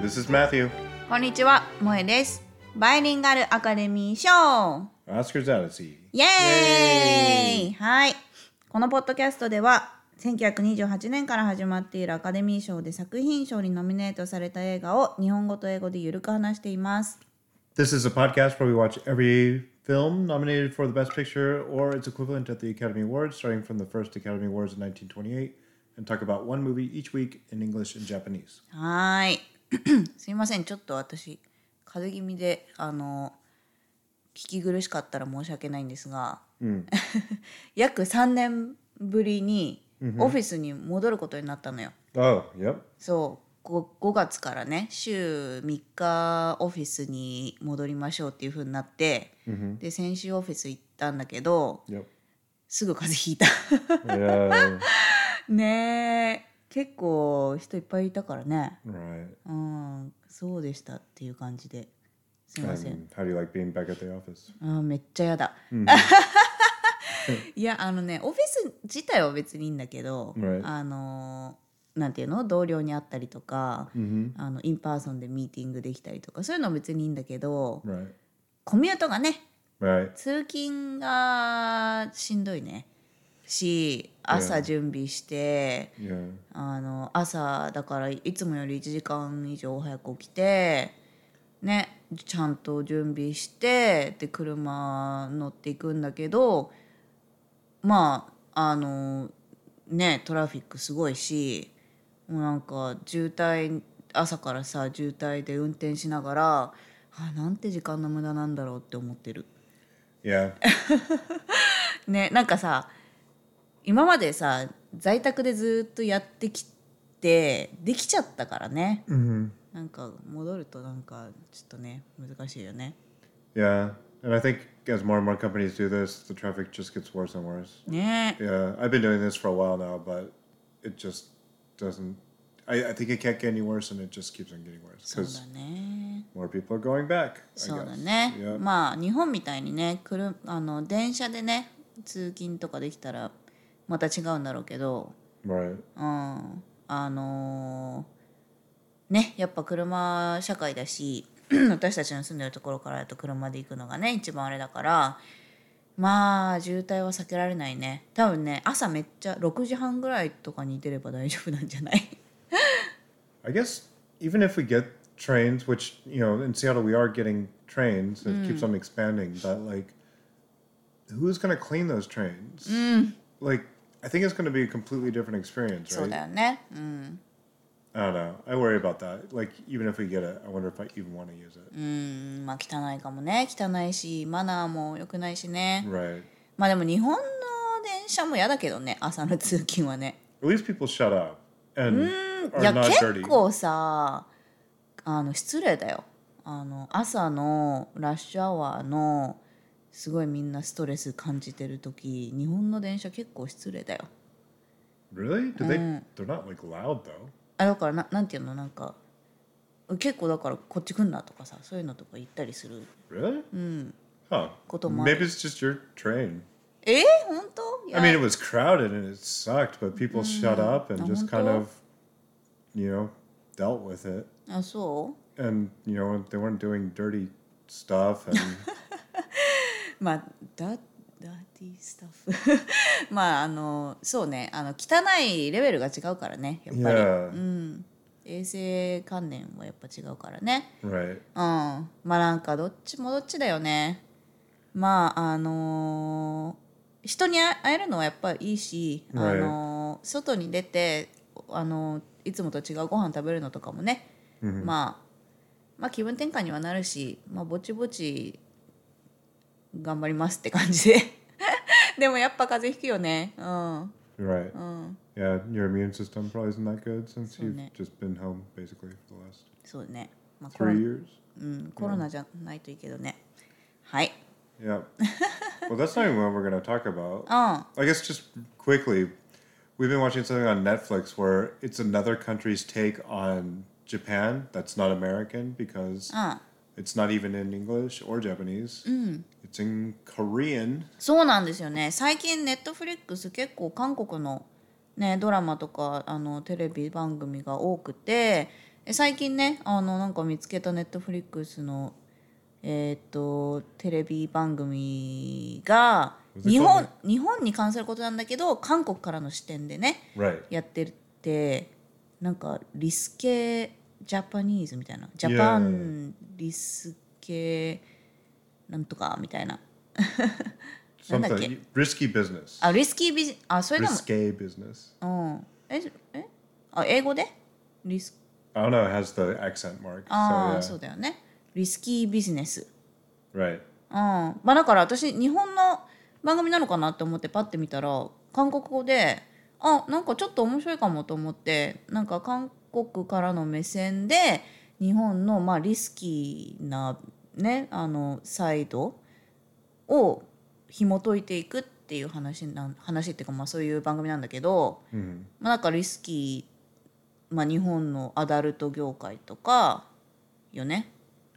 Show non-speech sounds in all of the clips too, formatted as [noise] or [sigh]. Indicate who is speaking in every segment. Speaker 1: This is Matthew.
Speaker 2: こんにちは、萌えです。バイリンガルアカデミー賞
Speaker 1: Oscars Odyssey.
Speaker 2: イエーイはい。このポッドキャストでは、1928年から始まっているアカデミー賞で作品賞にノミネートされた映画を日本語と英語でゆるく話しています。
Speaker 1: This is a podcast where we watch every film nominated for the Best Picture or its equivalent at the Academy Awards, starting from the first Academy Awards in 1928, and talk about one movie each week in English and Japanese.
Speaker 2: はーい。 [clears throat] すいません、ちょっと私、風邪気味で、あの、聞き苦しかったら申し訳ないんですが、 [laughs] 約3年ぶりにオフィスに戻ることになったのよ。
Speaker 1: Oh, yep.
Speaker 2: そうご 5, 月からね週3日オフィスに戻りましょうっていう風になって、で先週オフィス行ったんだけど
Speaker 1: Yep.
Speaker 2: すぐ風邪ひいた [laughs]
Speaker 1: [laughs] Yeah.
Speaker 2: ねえ結構人いっぱいいたからね
Speaker 1: right.
Speaker 2: うんそうでしたっていう感じですいません、
Speaker 1: And Um, how do you like being back at the office?
Speaker 2: あーめっちゃやだ、 [laughs] いやあのねオフィス自体は別にいいんだけど、
Speaker 1: Right.
Speaker 2: あのーなんていうの同僚に会ったりとか、
Speaker 1: Mm-hmm.
Speaker 2: あのインパーソンでミーティングできたりとかそういうのは別にいいんだけど
Speaker 1: Right.
Speaker 2: コミュートがね
Speaker 1: Right.
Speaker 2: 通勤がしんどいねし朝準備して、
Speaker 1: Yeah.
Speaker 2: あの朝だからいつもより1時間以上早く起きてねちゃんと準備してで車乗っていくんだけどまああのねトラフィックすごいしもうなんか渋滞朝からさ渋滞で運転しながらあなんて時間の無駄なんだろうって思ってる。
Speaker 1: Yeah.
Speaker 2: ねなんかさ今までさ在宅でずっとやってきてできちゃったからね、
Speaker 1: Mm-hmm.
Speaker 2: なんか戻るとなんかちょっとね難しいよね
Speaker 1: Yeah. And I think as more and more companies do this, the traffic just gets worse and worse.
Speaker 2: ね
Speaker 1: Yeah, I've been doing this for a while now, but it just doesn't. I, I think it can't get any worse, and it just keeps on getting worse
Speaker 2: そう
Speaker 1: because
Speaker 2: だね
Speaker 1: more people are going back. I
Speaker 2: そうだ
Speaker 1: guess.
Speaker 2: ね、
Speaker 1: Yeah.
Speaker 2: まあ日本みたいにねくるあの電車でね通勤とかできたらまた違うんだろうけど
Speaker 1: Right.
Speaker 2: うんあのーねやっぱ車社会だし [clears throat] 私たちの住んでるところからだと車で行くのがね一番あれだからまあ渋滞は避けられないね多分ね朝めっちゃ6時半ぐらいとかに出れば大丈夫なんじゃない
Speaker 1: I guess even if we get trains, which you know, in Seattle we are getting trains, and it keeps on expanding. But like, who's going to clean those trains? Like, I think it's going to be a completely different experience,
Speaker 2: [laughs] そう
Speaker 1: right?
Speaker 2: だよねうん
Speaker 1: I don't know. I worry about that. Like, even if we get it, I wonder if I even want to use it.
Speaker 2: うんまあ汚いかもね汚いしマナーも良くないしね
Speaker 1: Right.
Speaker 2: まあでも日本の電車も嫌だけどね朝の通勤はね
Speaker 1: At least people shut up and are
Speaker 2: いや
Speaker 1: not
Speaker 2: 結
Speaker 1: dirty.
Speaker 2: 構さあの失礼だよあの朝のラッシュアワーのすごいみんなストレス感じてる時日本の電車結構失礼だよ
Speaker 1: Really? Do they? They're not like loud though.
Speaker 2: あだからななんていうのなんか結構だからこっち来んなとかさそういうのとか言ったりする
Speaker 1: Really? Huh.
Speaker 2: こともある。
Speaker 1: Maybe it's just your train.
Speaker 2: えー、本当いや
Speaker 1: I mean, it was crowded and it sucked, but people shut up and just kind
Speaker 2: Naruto.
Speaker 1: of, you know, dealt with it.
Speaker 2: あそ
Speaker 1: And you know, they weren't doing dirty stuff. And
Speaker 2: うまあダダーティースタッフ [laughs] まああのそうねあの汚いレベルが違うからねやっぱり
Speaker 1: yeah,
Speaker 2: 衛生関連はやっぱ違うからね
Speaker 1: right.
Speaker 2: うんまあなんかどっちもどっちだよねまああのー人に会えるのはやっぱいいし、
Speaker 1: Right.
Speaker 2: あのー外に出て、あのーいつもと違うご飯食べるのとかもね、まあまあ気分転換にはなるし、まあ、ぼちぼち頑張りますって感じで [laughs] でもやっぱ風邪ひくよねうん。
Speaker 1: Right. yeah, your immune system probably isn't that good since you've
Speaker 2: Isn't it?
Speaker 1: just been home basically for the last
Speaker 2: そうね、まあ、コロ
Speaker 1: three years.
Speaker 2: うんコロナじゃないといいけどねはい、
Speaker 1: Yeah. well, that's not even what we're going to talk about.
Speaker 2: うん、
Speaker 1: I guess just quickly, we've been watching something on Netflix where it's another country's take on Japan that's not American because
Speaker 2: Ah.
Speaker 1: it's not even in English or Japanese. It's in Korean.
Speaker 2: そうなんですよね最近ネットフリックス結構韓国の、ね、ドラマとかあのテレビ番組が多くてえ最近ねあのなんか見つけたネットフリックスのえーっとテレビ番組が
Speaker 1: Was it
Speaker 2: 日本
Speaker 1: called-
Speaker 2: 日本に関することなんだけど韓国からの視点でね
Speaker 1: Right.
Speaker 2: やってるってなんかリス系ジャパニーズみたいなジャパンリス系なんとかみたいな [laughs] なんだっけ？
Speaker 1: Something risky business.
Speaker 2: あリスキービジあそれでも
Speaker 1: Risque business.
Speaker 2: うんええあ英語でリス
Speaker 1: I don't know. It has the accent mark.
Speaker 2: ああ、
Speaker 1: so,
Speaker 2: そうだよねリスキービジネス
Speaker 1: yeah. Right.
Speaker 2: うんまあだから私日本の番組なのかなって思ってパッて見たら韓国語であなんかちょっと面白いかもと思ってなんか韓国からの目線で日本のまあリスキーなねあのサイドを紐解いていくっていう話なん話っていうかまあそういう番組なんだけど、まあなんかリスキー、まあ、日本のアダルト業界とかよね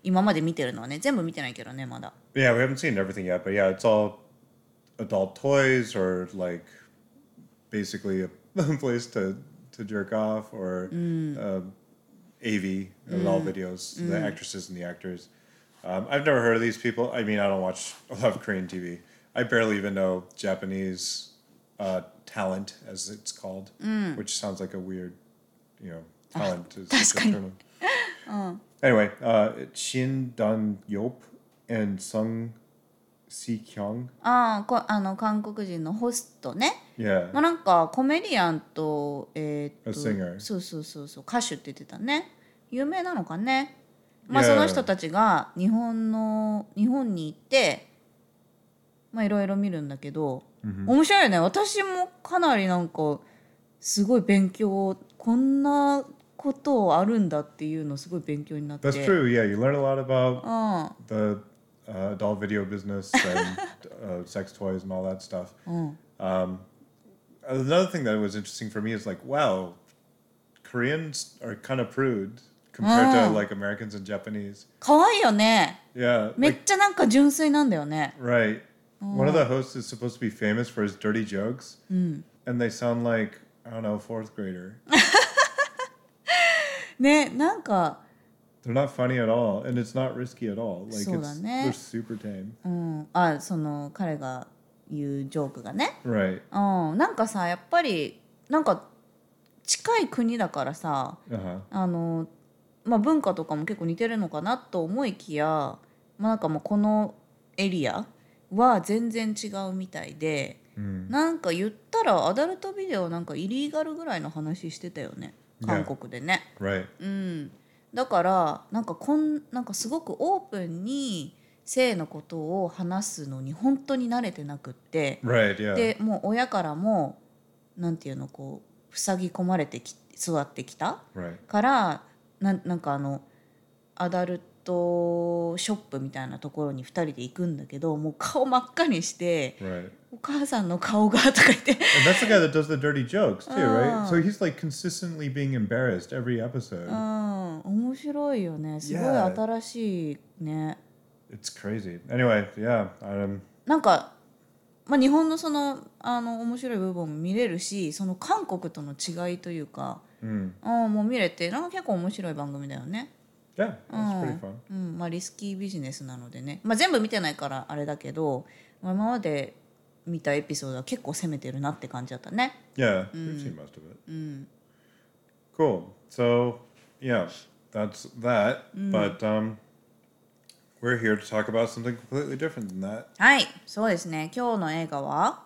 Speaker 2: 今まで見てるのはね全部見てないけどねまだ。
Speaker 1: Yeah, we haven't seen everything yet, but yeah, it's all adult toys or like basically a [laughs] place to, to jerk off or
Speaker 2: Mm.
Speaker 1: um, AV, adult videos, the actresses and the actors. Um, I've never heard of these people. I mean, I don't watch [laughs] a lot of Korean TV. I barely even know Japanese uh, talent, as it's called, which sounds like a weird, you
Speaker 2: [laughs]
Speaker 1: know, talent is
Speaker 2: Mm. that's
Speaker 1: the
Speaker 2: kind- [laughs] Oh.
Speaker 1: term. Anyway, uh, it's Shin Dun Yop and Sung Si Kyung.
Speaker 2: ああこあの韓国人のホストね、
Speaker 1: Yeah.
Speaker 2: まあ、なんかコメディアンと,、えー
Speaker 1: A singer
Speaker 2: っとそうそうそうそう歌手って言ってたね有名なのかね、まあ、
Speaker 1: Yeah.
Speaker 2: その人たちが日本の日本に行ってまあいろいろ見るんだけど、面白いよね私もかなりなんかすごい勉強こんなことあるんだっていうのすごい勉強になって
Speaker 1: That's true. Yeah, you learn a lot about
Speaker 2: うん、
Speaker 1: the uh, adult video
Speaker 2: [laughs]
Speaker 1: business and uh, sex toys and all that stuff.
Speaker 2: Mm.
Speaker 1: Um, another thing that was interesting for me is like, wow, Koreans are kind of prude compared to
Speaker 2: Mm.
Speaker 1: like Americans and Japanese.
Speaker 2: 可愛いよね
Speaker 1: Yeah.
Speaker 2: め
Speaker 1: Like,
Speaker 2: っちゃなんか純粋なんだよね
Speaker 1: right. One of
Speaker 2: Mm.
Speaker 1: the hosts is supposed to be famous for his dirty jokes, and they sound like, I don't know, fourth
Speaker 2: [laughs]
Speaker 1: grader.
Speaker 2: ねなんか
Speaker 1: They're not funny at all, and it's not risky at all. Like it's,
Speaker 2: そうだね。
Speaker 1: they're super tame.
Speaker 2: うん、あその彼が言うジョークがね、
Speaker 1: Right.
Speaker 2: うん、なんかさやっぱりなんか近い国だからさ
Speaker 1: Uh huh.
Speaker 2: あの、まあ、文化とかも結構似てるのかなと思いきや、まあ、なんかもうこのエリアは全然違うみたいで、なんか言ったらアダルトビデオなんかイリーガルぐらいの話してたよね韓
Speaker 1: Yeah.
Speaker 2: 国でね。
Speaker 1: Right.
Speaker 2: うん、だからなんかこんなんかすごくオープンに性のことを話すのに本当に慣れてなくって、
Speaker 1: Right. Yeah.
Speaker 2: でもう親からもなんていうのこう塞ぎ込まれてき育ってきた
Speaker 1: right.
Speaker 2: からなんなんかあのアダルトショップみたいなところに2人で行くんだけどもう顔真っ赤にして。
Speaker 1: Right.
Speaker 2: お母さんの顔がとか言って
Speaker 1: And that's the guy that does the dirty jokes too, right?
Speaker 2: Ah.
Speaker 1: So he's like consistently being embarrassed every episode.
Speaker 2: Oh. うん面白いよねすごい
Speaker 1: Yeah.
Speaker 2: 新しいね
Speaker 1: It's crazy. Anyway, yeah. Um,
Speaker 2: なんか、まあ、日本のそのあの面白い部分も見れるしその韓国との違いというか、
Speaker 1: mm,
Speaker 2: うん、もう見れてなんか結構面白い番組だよね。
Speaker 1: yeah, that's pretty
Speaker 2: う
Speaker 1: fun.
Speaker 2: んうんまあ、リスキービジネスなのでね、まあ、全部見てないからあれだけど、まあ、今まで見たエピソードは結構攻めてるなって感じだったね。
Speaker 1: Yeah, we've seen most of it. Cool. So, yeah, that's that. But um, we're here to talk about something completely different than that.
Speaker 2: はいそうですね今日の映画は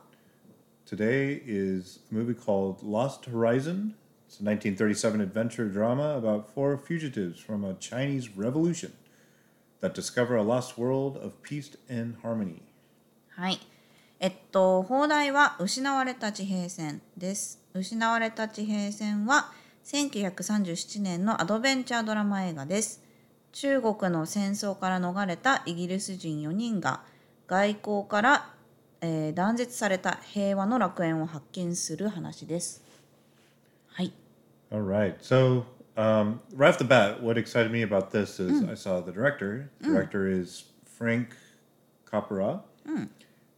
Speaker 1: Today is a movie called Lost Horizon. It's a 1937 adventure drama about four fugitives from a Chinese revolution that discover a lost world of peace and harmony.
Speaker 2: はい。えっと、放題は「失われた地平線」です。失われた地平線は1937年のアドベンチャードラマ映画です。中国の戦争から逃れたイギリス人4人が外交から、えー断絶された平和の楽園を発見する話です。はい。
Speaker 1: All right. So, um, right off the bat, what excited me about this is I saw the director. The director is Frank Capra.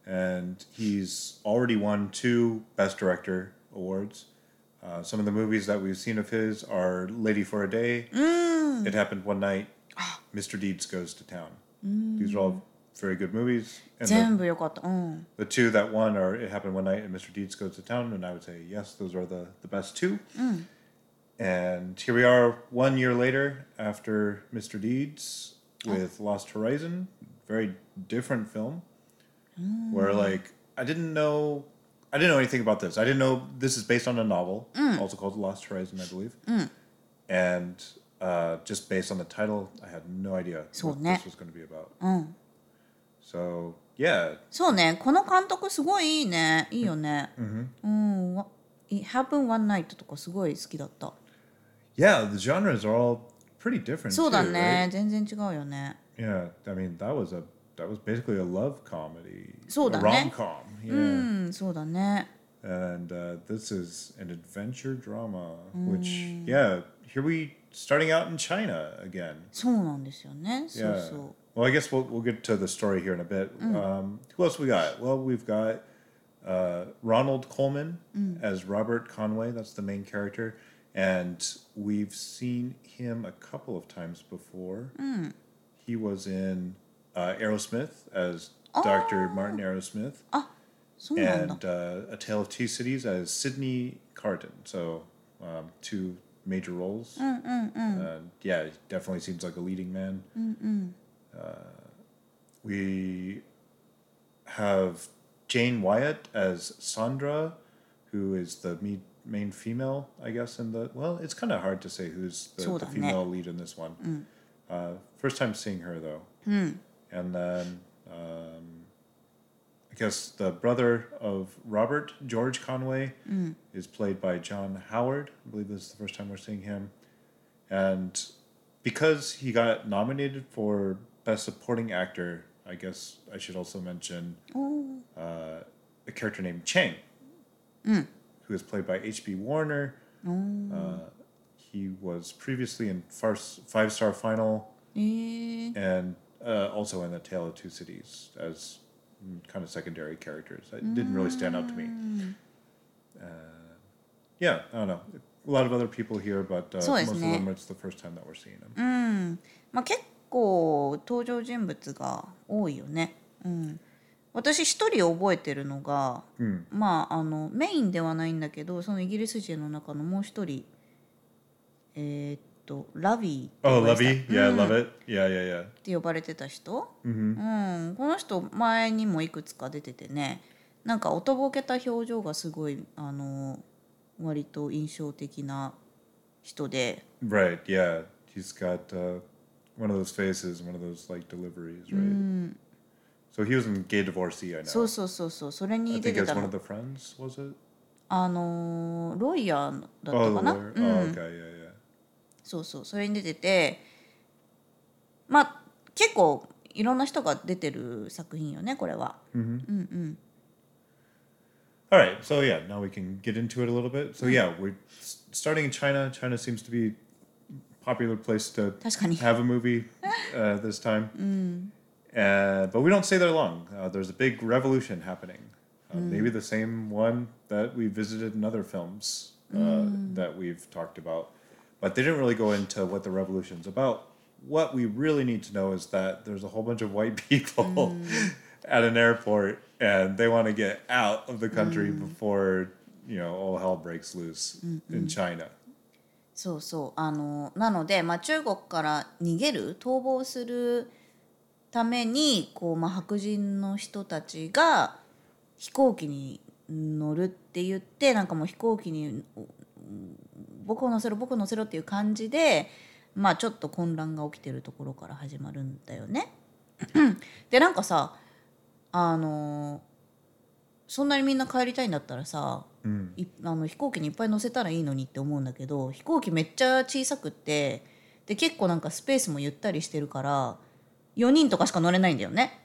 Speaker 1: And he's already won two Best Director awards. Uh, some of the movies that we've seen of his are Lady for a Day, It Happened One Night, Mr. Deeds Goes to Town. These are all very good movies. And the,
Speaker 2: 全部良かったうん
Speaker 1: the two that won are It Happened One Night and Mr. Deeds Goes to Town. And I would say, yes, those are the, the best two. And here we are one year later after Mr. Deeds with Lost Horizon. Very different film. Where, like, I didn't know. I didn't know anything about this. I didn't know this is based on a novel, also called Lost Horizon, I believe. And uh, just based on the title, I had no idea what
Speaker 2: そうね。
Speaker 1: this was going to be about. So, yeah,
Speaker 2: そうねこの監督すごいいいねいいよねうんわ「It Happened One Night」とかすごい好きだった
Speaker 1: yeah, the genres are all pretty different.
Speaker 2: そうだ
Speaker 1: too,
Speaker 2: ね
Speaker 1: right?
Speaker 2: 全然違うよね
Speaker 1: Yeah, I mean that was a that was basically a love comedy,
Speaker 2: So
Speaker 1: a
Speaker 2: だね。
Speaker 1: rom com. Yeah,
Speaker 2: うんそうだね
Speaker 1: and uh, this is an adventure drama, which yeah, here we starting out in China again.
Speaker 2: そうなんですよねそ
Speaker 1: Yeah.
Speaker 2: うそう
Speaker 1: Well, I guess we'll we'll get to the story here in a bit. Um, who else we got? Well, we've got uh, Ronald Coleman as Robert Conway. That's the main character, and we've seen him a couple of times before. He was in uh, Aerosmith as Dr. Martin Aerosmith,
Speaker 2: そうなん
Speaker 1: and
Speaker 2: だ
Speaker 1: uh, A Tale of Two Cities as Sidney Carton. So um, two major roles. Uh, yeah, he definitely seems like a leading man. Uh, we have Jane Wyatt as Sandra, who is the me- main female, I guess. In the well, it's kind of hard to say who's the, the
Speaker 2: そうだね。
Speaker 1: female lead in this one. Uh, first time seeing her though, and then. Um, I guess the brother of Robert, George Conway, is played by John Howard. I believe this is the first time we're seeing him. And because he got nominated for Best Supporting Actor, I guess I should also mention uh, a character named Chang, who is played by H.B. Warner. Uh, he was previously in Five Star Final
Speaker 2: えー、
Speaker 1: and uh, also in the Tale of Two Cities as mm, kind of secondary characters. That didn't really stand out to me. Uh, yeah, I don't know. A lot of other people here, but uh, most of
Speaker 2: そうですね。
Speaker 1: them it's the first time that we're seeing them.
Speaker 2: まあ、結構登場人物が多いよね。うん、私一人覚えてるのが、
Speaker 1: うん
Speaker 2: まああのメインではないんだけどそのイギリス人の中のもう一人えーっとラビー
Speaker 1: Oh,
Speaker 2: って
Speaker 1: Lovey. Yeah, I love it. Yeah, yeah, yeah.
Speaker 2: 呼ばれてた人、うん、この人前にもいくつか出ててねなんかおとぼけた表情がすごいあの割と印象的な人で
Speaker 1: Right, yeah. He's got uh, one of those faces, one of those like deliveries, right? So he was in Gay Divorcee, I know.
Speaker 2: そうそうそうそうそれ
Speaker 1: I
Speaker 2: に出
Speaker 1: think
Speaker 2: て
Speaker 1: as
Speaker 2: た
Speaker 1: one
Speaker 2: の
Speaker 1: of the friends, was it?
Speaker 2: あのーロイヤーだった
Speaker 1: Oh, the
Speaker 2: かな、
Speaker 1: lawyer.
Speaker 2: う
Speaker 1: Oh,
Speaker 2: ん、
Speaker 1: okay, yeah, yeah.
Speaker 2: そうそうそれに出ててまあ結構いろんな人が出てる作品よねこれは
Speaker 1: All right, so yeah, now we can get into it a little bit. So yeah, we're s- starting in China. China seems to be a popular place to
Speaker 2: 確かに
Speaker 1: have a movie uh, this time. Uh, but we don't stay there long. Uh, there's a big revolution happening. Uh, Maybe the same one that we visited in other films uh, that we've talked about. But they didn't really go into what the revolution's about. What we really need to know is that there's a whole bunch of white [laughs] people at an airport and they want to get out of the country before, you know, all hell breaks loose in China.
Speaker 2: そうそうあのなので、まあ、中国から逃げる逃亡するためにこう、まあ、白人の人たちが飛行機に乗るって言ってなんかもう飛行機に「僕を乗せろ僕を乗せろ」っていう感じで、まあ、ちょっと混乱が起きてるところから始まるんだよね。 [clears throat] でなんかさあのそんなにみんな帰りたいんだったらさ、いあの飛行機にいっぱい乗せたらいいのにって思うんだけど飛行機めっちゃ小さくってで結構なんかスペースもゆったりしてるから4人とかしか乗れないんだよね。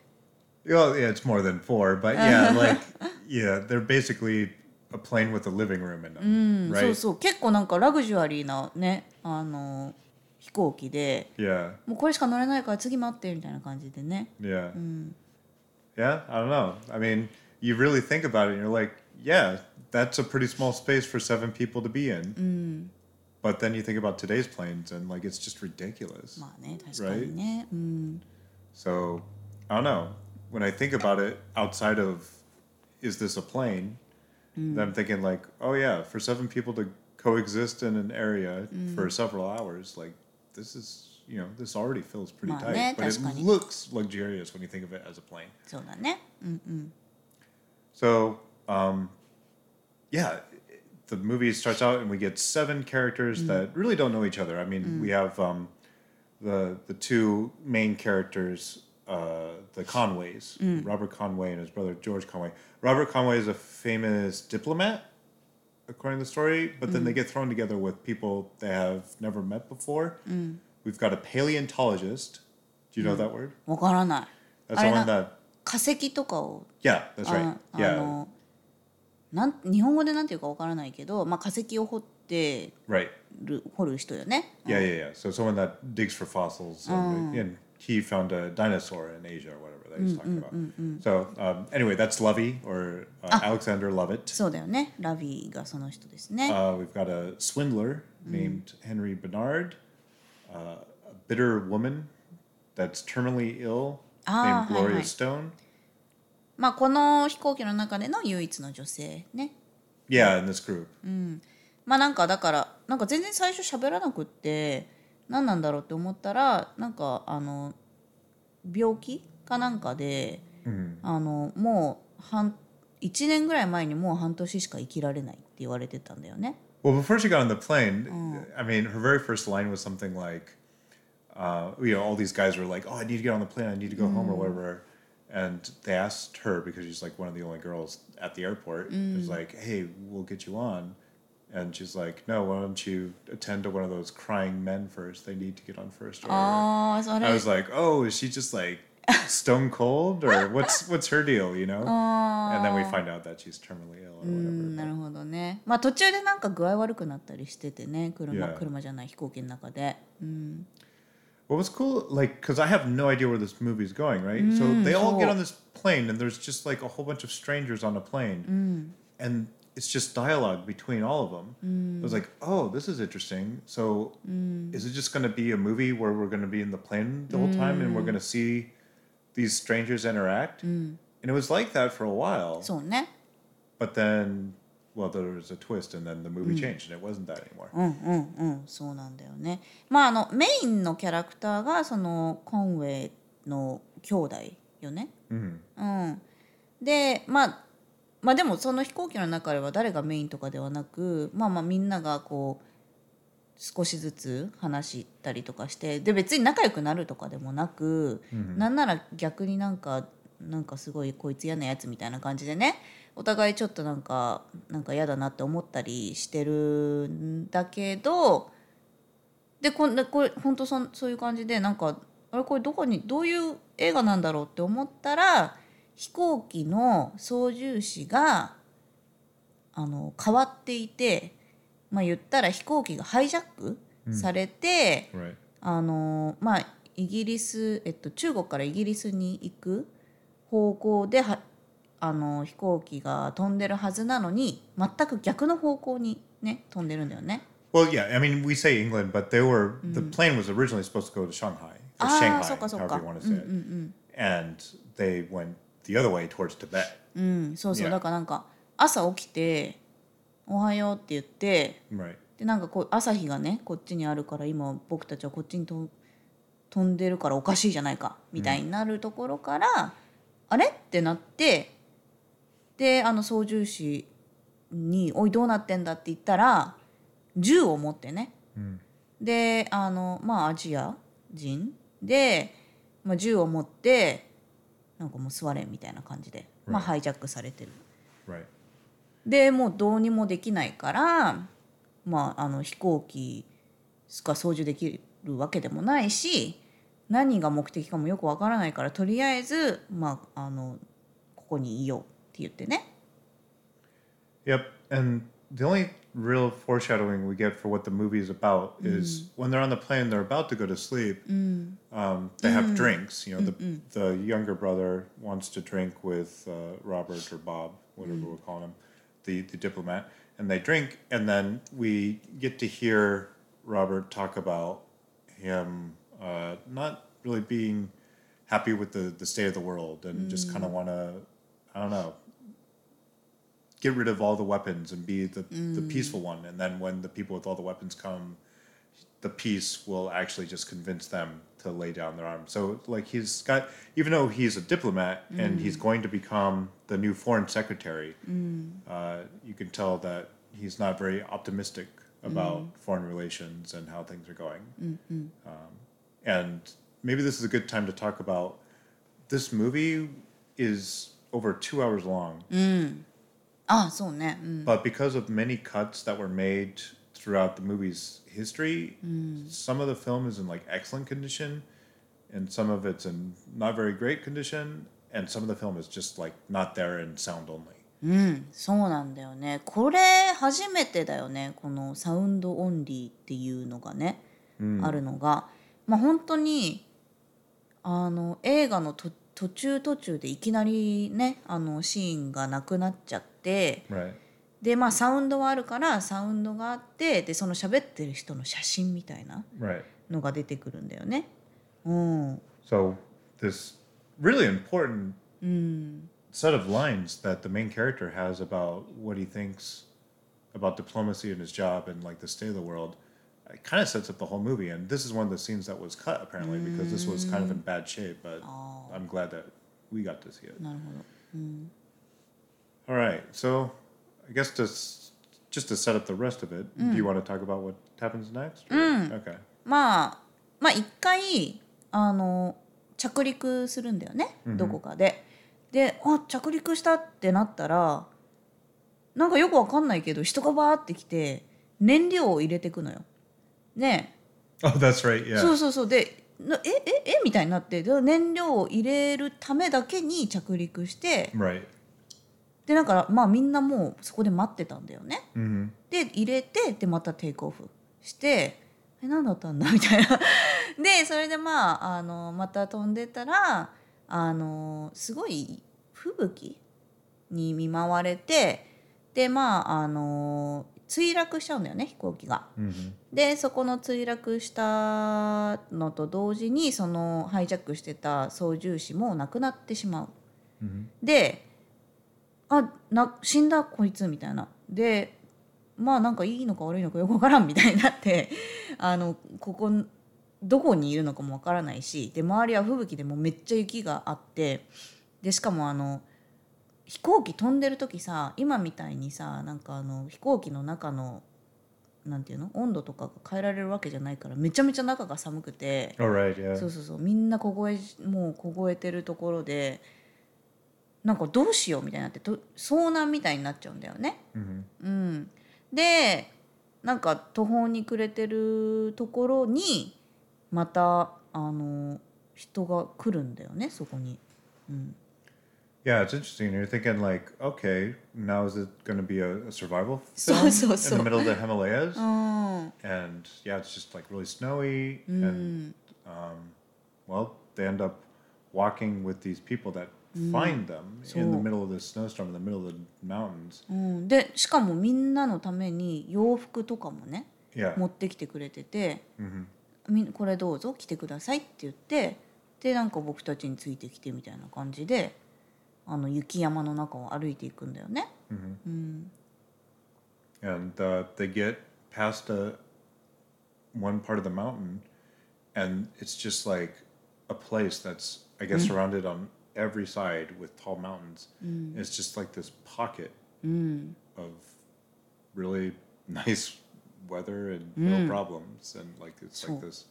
Speaker 1: Well, yeah, it's more than four, but yeah, like yeah, they're basically a plane with a living room in them,
Speaker 2: そう
Speaker 1: right?
Speaker 2: そう結構なんかラグジュアリーなねあの飛行機で
Speaker 1: Yeah,
Speaker 2: もうこれしか乗れないから次待ってみたいな感じでね。
Speaker 1: yeah, yeah. I don't know. I mean, you really think about it, and you're like, yeah, that's a pretty small space for seven people to be in. But then you think about today's planes and like it's just ridiculous.
Speaker 2: まあね確かにね、うん、
Speaker 1: So I don't know. When I think about it outside of is this a plane,
Speaker 2: Mm.
Speaker 1: then I'm thinking like, oh yeah, for seven people to coexist in an area
Speaker 2: Mm.
Speaker 1: for several hours, like this is you know, this already feels pretty
Speaker 2: Well,
Speaker 1: tight.
Speaker 2: that-
Speaker 1: But
Speaker 2: eh, that's
Speaker 1: it
Speaker 2: funny.
Speaker 1: looks luxurious when you think of it as a plane.
Speaker 2: そうだね
Speaker 1: So, um, yeah, the movie starts out and we get seven characters
Speaker 2: Mm.
Speaker 1: that really don't know each other. I mean, we have um, the the two main characters, uh, the Conways,
Speaker 2: Mm.
Speaker 1: Robert Conway and his brother George Conway. Robert Conway is a famous diplomat, according to the story, but then they
Speaker 2: Mm.
Speaker 1: get thrown together with people they have never met before.
Speaker 2: Mm.
Speaker 1: We've got a paleontologist. Do you know that word?
Speaker 2: わからない
Speaker 1: That's
Speaker 2: Mm. I
Speaker 1: the one
Speaker 2: know. Uh,
Speaker 1: that.
Speaker 2: 化石とかを
Speaker 1: Yeah, that's right.
Speaker 2: あ
Speaker 1: yeah,
Speaker 2: あのなん日本語でなんていうかわからないけど、まあ、化石を掘って
Speaker 1: right.
Speaker 2: る掘る人よね
Speaker 1: Yeah, yeah, yeah. So someone that digs for fossils, and,
Speaker 2: Oh.
Speaker 1: and he found a dinosaur in Asia or whatever that he's
Speaker 2: Mm,
Speaker 1: talking about. So um, anyway, that's Lovey or uh,
Speaker 2: Oh.
Speaker 1: Alexander Lovett.
Speaker 2: そうだよねラビーがその人ですね、
Speaker 1: Uh, we've got a swindler named
Speaker 2: Mm.
Speaker 1: Henry Bernard, uh, a bitter woman that's terminally ill
Speaker 2: Ah,
Speaker 1: named Gloria
Speaker 2: hi, hi.
Speaker 1: Stone.
Speaker 2: まあこの飛行機の中での唯一の女性ね
Speaker 1: Yeah, in this group.
Speaker 2: まあなんかだからなんか全然最初喋らなくって何なんだろうって思ったらなんかあの病気かなんかで、あのもう半1年ぐらい前にもう半年しか生きられないって言われてたんだよね。
Speaker 1: Well, before she got on the plane, I mean, her very first line was something like, uh, you know, all these guys were like, oh, I need to get on the plane, I need to go home or whatever. And they asked her because she's like one of the only girls at the airport. It was like, hey, we'll get you on. And she's like, no, why don't you attend to one of those crying men first? They need to get on first. Or,
Speaker 2: ああそ
Speaker 1: I
Speaker 2: れ
Speaker 1: was like, oh, is she just like stone cold or what's what's her deal, you know? And then we find out that she's terminally ill or whatever.
Speaker 2: なるほどね。まあ途中でなんか具合悪くなったりしててね車
Speaker 1: Yeah.
Speaker 2: 車じゃない飛行機の中で。
Speaker 1: What was cool, like, because I have no idea where this movie's going, right? so they all get
Speaker 2: cool.
Speaker 1: on this plane, and there's just like a whole bunch of strangers on a plane, and it's just dialogue between all of them. I was like, oh, this is interesting. So, is it just going to be a movie where we're going to be in the plane the whole time, and we're going to see these strangers interact? And it was like that for a while,
Speaker 2: そうね。
Speaker 1: but then, well, there was a twist, and then the movie changed, and it wasn't that anymore.
Speaker 2: うんうんうんそうなんだよね。まああのメインのキャラクターがそのコンウェイの兄弟よね。うん、でまあまあでもその飛行機の中では誰がメインとかではなくまあまあみんながこう少しずつ話したりとかしてで別に仲良くなるとかでもなく、なんなら逆になんかなんかすごいこいつ嫌なやつみたいな感じでねお互いちょっとなんかなんか嫌だなって思ったりしてるんだけどでこんでこれ本当そんそういう感じでなんかあれこれどこにどういう映画なんだろうって思ったら飛行機の操縦士があの変わっていて、まあ、言ったら飛行機がハイジャックされて。
Speaker 1: Right.
Speaker 2: あのまあイギリス、えっと、中国からイギリスに行く方向ではあの飛行機が飛んでるはずなのに全く逆の方向にね飛んでるんだよね。
Speaker 1: Well, yeah, I mean, we say England, but they were the plane was originally supposed to go to Shanghai or
Speaker 2: Ah,
Speaker 1: Shanghai,
Speaker 2: そっかそっか。
Speaker 1: however you want to say it, and they went the other way towards Tibet.
Speaker 2: うんそうそう、
Speaker 1: Yeah.
Speaker 2: だからなんか朝起きて「おはよう」って言って
Speaker 1: Right.
Speaker 2: でなんかこう朝日がねこっちにあるから今僕たちはこっちにと飛んでるからおかしいじゃないかみたいになるところから、あれってなってであの操縦士に「おいどうなってんだ」って言ったら銃を持ってね、であのまあアジア人で、まあ、銃を持ってなんかもう座れみたいな感じで、まあ、ハイジャックされてる
Speaker 1: Right.
Speaker 2: でもうどうにもできないから、まあ、あの飛行機が操縦できるわけでもないし何が目的かもよくわからないからとりあえず、まあ、あのここにいようって言ってね
Speaker 1: Yep. And the only real foreshadowing we get for what the movie is about is when they're on the plane, they're about to go to sleep. Um, they have drinks. You know, the the younger brother wants to drink with uh, Robert or Bob, whatever we're calling him, the, the diplomat, and they drink, and then we get to hear Robert talk about him uh, not really being happy with the, the state of the world and just kind of want to, I don't know, get rid of all the weapons and be the, the peaceful one. And then when the people with all the weapons come, the peace will actually just convince them to lay down their arms. So like he's got even though he's a diplomat and he's going to become the new foreign secretary, uh, you can tell that he's not very optimistic about foreign relations and how things are going. Um, and maybe this is a good time to talk about this movie is over two hours long,
Speaker 2: あそうね、うん、
Speaker 1: but because of many cuts that were made throughout the movie's history, some of the film is in like excellent condition, and some of it's in not very great condition, and some of the film is just like not there in sound only.
Speaker 2: そうなんだよねこれ初めてだよねこのサウンドオンリーっていうのがね、あるのがまあ本当にあの映画のと途中途中でいきなりねあのシーンがなくなっちゃって、
Speaker 1: Right.
Speaker 2: でまあサウンドはあるからサウンドがあってでその喋ってる人の写真みたいな
Speaker 1: Right.
Speaker 2: のが出てくるんだよね。うん、
Speaker 1: So this really important set of lines that the main character has about what he thinks about diplomacy and his job and like the state of the world it kind of sets up the whole movie and this is one of the scenes that was cut apparently because this was kind of in bad shape but i'm glad that we got to see it
Speaker 2: なるほど。
Speaker 1: all right so i guess to s- just to set up the rest of it do you want to talk about what happens next or- okay
Speaker 2: まあまあ一回あの着陸するんだよね、どこかで。であ着陸したってなったらなんかよくわかんないけど人がバーって来て燃料を入れてくのよ。ね
Speaker 1: oh that's right yeah
Speaker 2: そうそうそうでなえええみたいになってで燃料を入れるためだけに着陸して、
Speaker 1: right
Speaker 2: でだからまあみんなもうそこで待ってたんだよね。
Speaker 1: hmm
Speaker 2: で入れてでまたテイクオフして「え何だったんだ?」み [laughs] たいな。でそれでまああのまた飛んでたらあのすごい吹雪に見舞われてでまああの墜落しちゃうんだよね飛行機が。
Speaker 1: hmm
Speaker 2: でそこの墜落したのと同時にそのハイジャックしてた操縦士も亡くなってしまう。
Speaker 1: うん
Speaker 2: であな死んだこいつみたいな。でまあなんかいいのか悪いのかよくわからんみたいになって [laughs] あのここどこにいるのかもわからないしで周りは吹雪でもうめっちゃ雪があってでしかもあの飛行機飛んでる時さ今みたいにさなんかあの飛行機の中のなんていうの温度とかが変えられるわけじゃないからめちゃめちゃ中が寒くて
Speaker 1: all right yeah
Speaker 2: そうそうそうみんな凍えもう凍えてるところでなんかどうしようみたいになってと遭難みたいになっちゃうんだよね。
Speaker 1: hmm
Speaker 2: うん、でなんか途方に暮れてるところにまたあの人が来るんだよねそこに。
Speaker 1: Yeah, it's interesting. You're thinking like, okay, now is it going to be a, a survival
Speaker 2: [laughs] So-
Speaker 1: film
Speaker 2: so- so.
Speaker 1: in
Speaker 2: Oh.
Speaker 1: the middle of the Himalayas?
Speaker 2: うん、
Speaker 1: And yeah, it's just like really snowy.
Speaker 2: Mm.
Speaker 1: And um, well, they end up walking with these people that find them in the
Speaker 2: Mm. So-
Speaker 1: middle of this snowstorm in the middle of the mountains.
Speaker 2: うん、でしかもみんなのために洋服とかもね
Speaker 1: Yeah,
Speaker 2: 持ってきてくれてて
Speaker 1: hmm
Speaker 2: 「みんこれどうぞ来てください」って言ってでなんか僕たちについてきてみたいな感じであの雪山の中を歩いていくんだよね。
Speaker 1: and uh, they get past a one part of the mountain, and it's just like a place that's I guess surrounded on every side with tall mountains. It's just like this pocket of really [laughs] nice weather and no problems, and like it's like this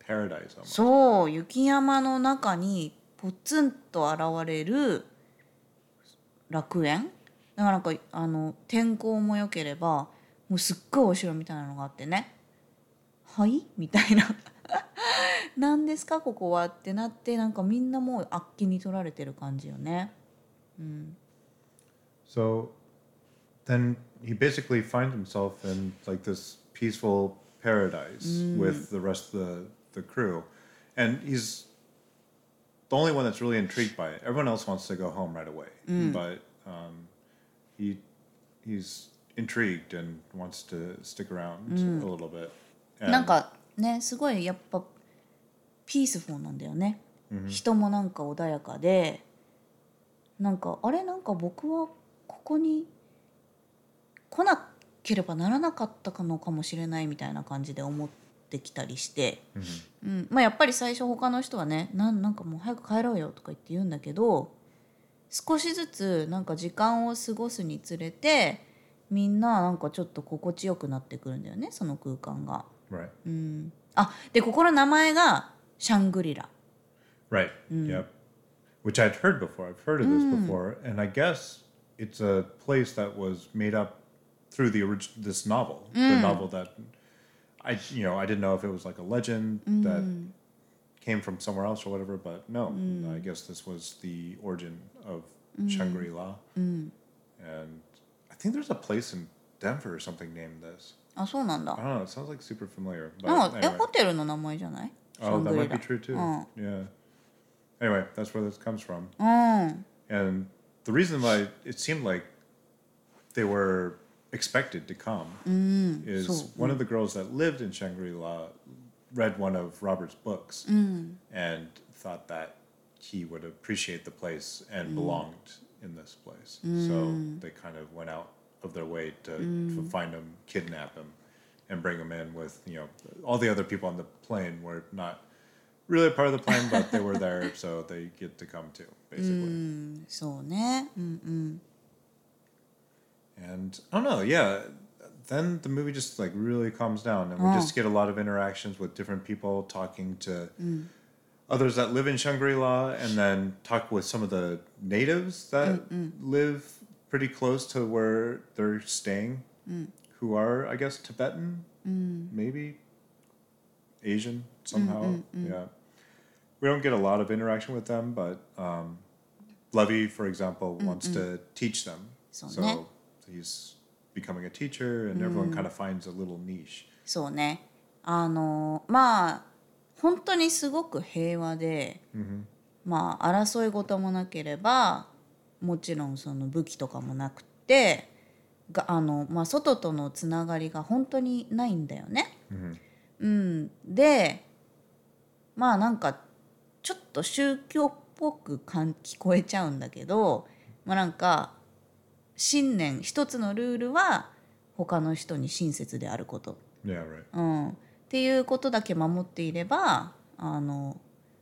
Speaker 1: paradise almost.
Speaker 2: そう雪山の中にポツンと現れる楽園だからなんかあの天候も良ければもうすっごいお城みたいなのがあってね「はい?」みたいな [laughs] 「何ですかここは?」ってなってなんかみんなもうあっけに取られてる感じよね。
Speaker 1: So then he basically finds himself in like this peaceful paradise with the rest of the, the crew. And he's the only one that's really intrigued by it. Everyone else wants to go home right away. But um, he he's intrigued and wants to stick around a little bit.
Speaker 2: なんかねすごいやっぱピースフォーなんだよね、人もなんか穏やかでなんかあれなんか僕はここに来なければならなかったかのかもしれないみたいな感じで思ってきたりして、うんまあ、やっぱり最初他の人はねなんなんかもう早く帰ろうよとか言って言うんだけど少しずつなんか時間を過ごすにつれてみんななんかちょっと心地よくなってくるんだよねその空間が。
Speaker 1: right.
Speaker 2: うん、あでここの名前がシャングリラ
Speaker 1: Right. Yep. Which I'd heard before. I've heard of this before, and I guess it's a place that was made up through the orig- this novel, the novel that I you know I didn't know if it was like a legend that came from somewhere else or whatever, but no, I guess this was the origin of Shangri La, and I think there's a place in Denver or something named this.
Speaker 2: あそうなん
Speaker 1: I
Speaker 2: だ
Speaker 1: don't know. It sounds like super familiar, but
Speaker 2: なんかえ
Speaker 1: anyway.
Speaker 2: ホテルの名前じゃないシャ
Speaker 1: Oh,
Speaker 2: ン
Speaker 1: that
Speaker 2: グ
Speaker 1: might
Speaker 2: リラ
Speaker 1: be true too.
Speaker 2: うん、
Speaker 1: Yeah. Anyway, that's where this comes from.
Speaker 2: うん、
Speaker 1: And the reason why it seemed like they were expected to come is
Speaker 2: so-
Speaker 1: one of the girls that lived in Shangri La read one of Robert's books and thought that he would appreciate the place and belonged in this place. So they kind of went out of their way to, to find him, kidnap him, and bring him in with, you know, all the other people on the plane were not really a part of the plane, but they were there, so they get to come too, basically.
Speaker 2: そうね、うん、
Speaker 1: And I don't know, yeah. Then the movie just like really calms down, and we just get a lot of interactions with different people talking to others that live in Shangri La, and then talk with some of the natives that live pretty close to where they're staying, who are, I guess, Tibetan, maybe Asian somehow. Yeah. We don't get a lot of interaction with them, but um, Levy, for example, wants to teach them.
Speaker 2: So ne-
Speaker 1: so he's becoming a teacher, and everyone kind of finds a little niche.
Speaker 2: そうねあのまあ本当にすごく平和で、まあ争い事もなければもちろんその武器とかもなくてがあの、まあ、外とのつながりが本当にないんだよね。うん、でまあなんかちょっと宗教っぽくかん聞こえちゃうんだけど、まあ、なんか信念一つのルールは他の人に親切であること
Speaker 1: Yeah, right.
Speaker 2: うん、っていうことだけ守っていればあの、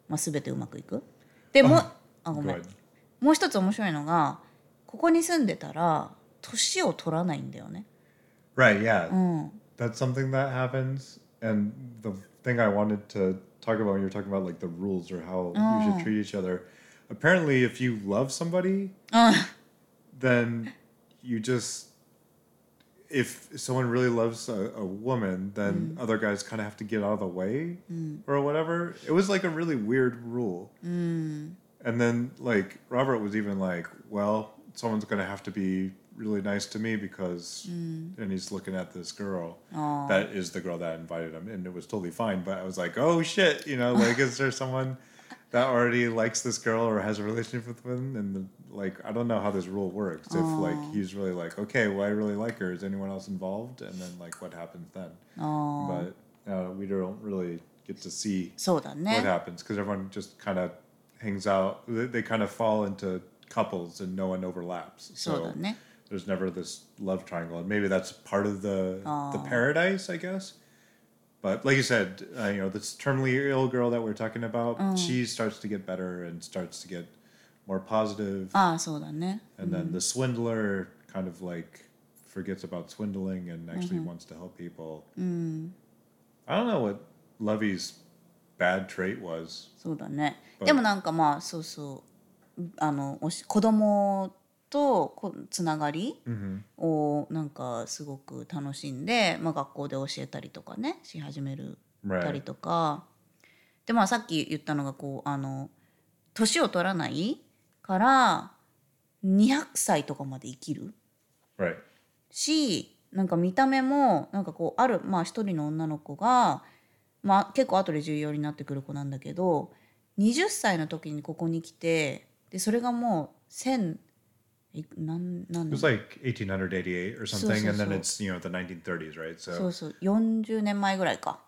Speaker 2: まあ、全てうまくいく。でもあごめん
Speaker 1: Good.
Speaker 2: もう一つ面白いのがここに住んでたら年を取らないんだよね。
Speaker 1: Right, yeah.
Speaker 2: うん、
Speaker 1: That's something that happens. And the thing I wanted to talk about when you were talking about like the rules or how you should treat each other. Apparently, if you love somebody, then you just if someone really loves a, a woman, then other guys kind of have to get out of the way or whatever. It was like a really weird rule. And then like Robert was even like, well, someone's gonna have to be really nice to me because, and he's looking at this girl that is the girl that invited him, and it was totally fine. But I was like, oh shit, you know, like is there someone that already likes this girl or has a relationship with him? And the, like, I don't know how this rule works. If like he's really like, okay, well, I really like her. Is anyone else involved? And then like, what happens then? But uh, we don't really get to see
Speaker 2: そうだ
Speaker 1: what
Speaker 2: ね。
Speaker 1: happens because everyone just kind of hangs out. They, they kind of fall into couples and no one overlaps.
Speaker 2: そうだ
Speaker 1: So
Speaker 2: ね。
Speaker 1: there's never this love triangle, and maybe that's part of the the paradise, I guess. But like you said, uh, you know this terminally ill girl that we are talking about, she starts to get better and starts to get more positive,
Speaker 2: ああそうだね。
Speaker 1: and then the swindler kind of like forgets about swindling and actually wants to help people. I don't know what Lovey's bad trait was
Speaker 2: そうだね。
Speaker 1: い
Speaker 2: でもなんかまあそうそうあのおし子供とこつながりをなんかすごく楽しんで、まあ、学校で教えたりとかねし始める
Speaker 1: Right.
Speaker 2: たりとか、でまあさっき言ったのがこうあの年を取らないから200歳とかまで生きる
Speaker 1: Right.
Speaker 2: しなんか見た目もなんかこうあるまあ一人の女の子が、まあ、結構後で重要になってくる子なんだけど20歳の時にここに来てでそれがもういなんなん
Speaker 1: It was like 1888 or something, and then
Speaker 2: そうそうそう。
Speaker 1: it's you know the 1930s, right?
Speaker 2: そ
Speaker 1: So
Speaker 2: うそう40年前ぐらいか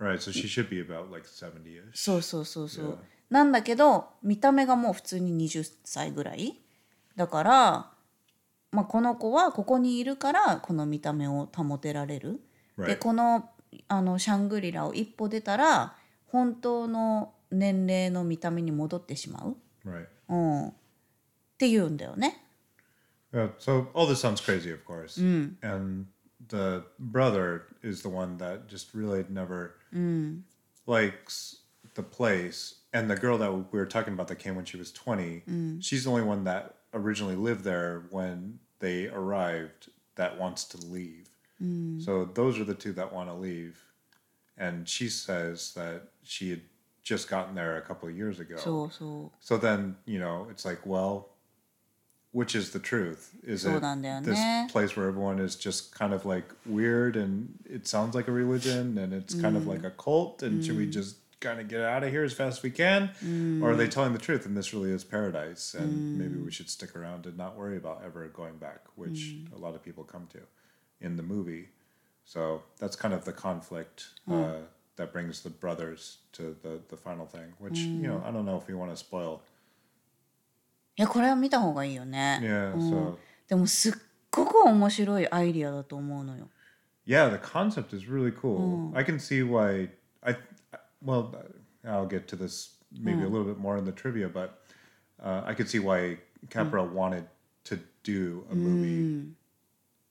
Speaker 1: right, so she should be about like 70ish.
Speaker 2: そうそうそうそう、
Speaker 1: Yeah.
Speaker 2: なんだけど見た目がもう普通に20歳ぐらいだから、まあ、この子はここにいるからこの見た目を保てられる、で
Speaker 1: Right.
Speaker 2: このあのシャングリラを一歩出たら本当の年齢の見た目に戻ってしまう、
Speaker 1: Right.
Speaker 2: うん、っていうんだよね
Speaker 1: Yeah, so all this sounds crazy, of course. And the brother is the one that just really never likes the place. And the girl that we were talking about that came when she was 20, she's the only one that originally lived there when they arrived that wants to leave. So those are the two that want to leave. And she says that she had just gotten there a couple of years ago.
Speaker 2: そうそう
Speaker 1: So then, you know, it's like, well, which is the truth? Is it
Speaker 2: そうなんだよね。
Speaker 1: this place where everyone is just kind of like weird and it sounds like a religion and it's kind of like a cult and should we just kind of get out of here as fast as we can? Or are they telling the truth and this really is paradise and maybe we should stick around and not worry about ever going back, which a lot of people come to in the movie. So that's kind of the conflict uh, that brings the brothers to the, the final thing, which, you know, I don't know if we want to spoil.
Speaker 2: いやこれは見た方がいいよね、
Speaker 1: Yeah,
Speaker 2: うん
Speaker 1: so
Speaker 2: でもすっごく面白いアイディアだと思うのよ
Speaker 1: yeah, the concept is really cool. I can see why I well, I'll get to this maybe a little bit more in the trivia, but uh, I could see why Capra wanted to do a movie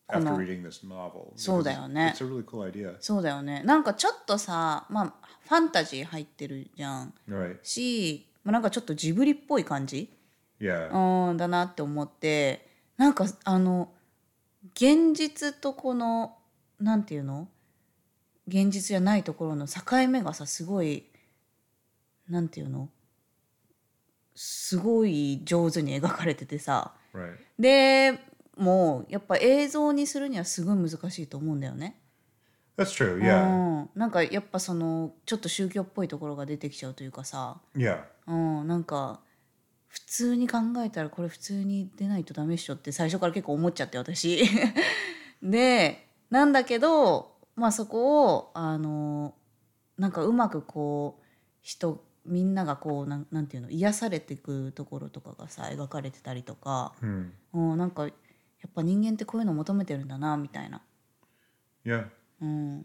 Speaker 1: after
Speaker 2: この-
Speaker 1: reading this novel.
Speaker 2: そうだよね。
Speaker 1: because It's a really cool idea.
Speaker 2: そうだよねなんかちょっとさまあファンタジー入ってるじゃん
Speaker 1: Right.
Speaker 2: し、まあ、なんかちょっとジブリっぽい感じ
Speaker 1: Yeah.
Speaker 2: うんだなって思ってなんかあの現実とこのなんていうの現実じゃないところの境目がさすごいなんていうのすごい上手に描かれててさ
Speaker 1: Right.
Speaker 2: でもうやっぱ映像にするにはすごい難しいと思うんだよね。
Speaker 1: That's true. Yeah.
Speaker 2: うん、なんかやっぱそのちょっと宗教っぽいところが出てきちゃうというかさ、
Speaker 1: Yeah.
Speaker 2: うん、なんか普通に考えたらこれ普通に出ないとダメっしょって最初から結構思っちゃって私。 [laughs] でなんだけど、まあ、そこをあのなんかうまくこう人みんながこうなんなんていうの癒されていくところとかがさ描かれてたりとか、
Speaker 1: Hmm.
Speaker 2: うん、なんかやっぱ人間ってこういうの求めてるんだなみたいな。
Speaker 1: Yeah.
Speaker 2: うん、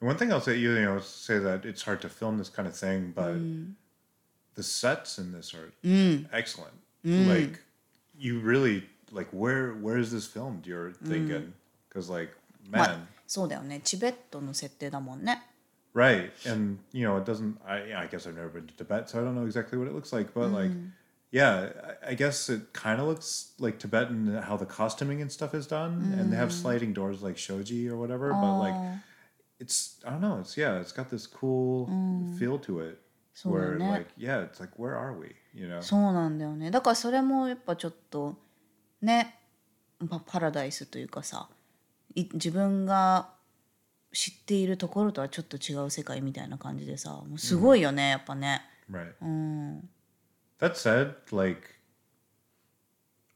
Speaker 1: One thing I'll say, you know, say that it's hard to film this kind of thing, but the sets in this are
Speaker 2: うん、
Speaker 1: excellent. Like you really like where where is this filmed? You're thinking because like man,
Speaker 2: まあ、そうだよねチベットの設定だもんね
Speaker 1: right? And you know it doesn't. I I guess I've never been to Tibet, so I don't know exactly what it looks like. But like, yeah, I, I guess it kind of looks like Tibetan how the costuming and stuff is done, and they have sliding doors like shoji or whatever. But like, it's I don't know. It's yeah, it's got this cool feel to it.
Speaker 2: So
Speaker 1: Where
Speaker 2: then that-
Speaker 1: like yeah, it's like where are we? You know.
Speaker 2: そうなんだよねだからそれもやっぱちょっとね、まあ、パラダイスというかさい自分が知っているところとはちょっと違う世界みたいな感じでさもうすごいよね、やっぱね
Speaker 1: Right.
Speaker 2: Mm. [laughs] うん、
Speaker 1: That said, like,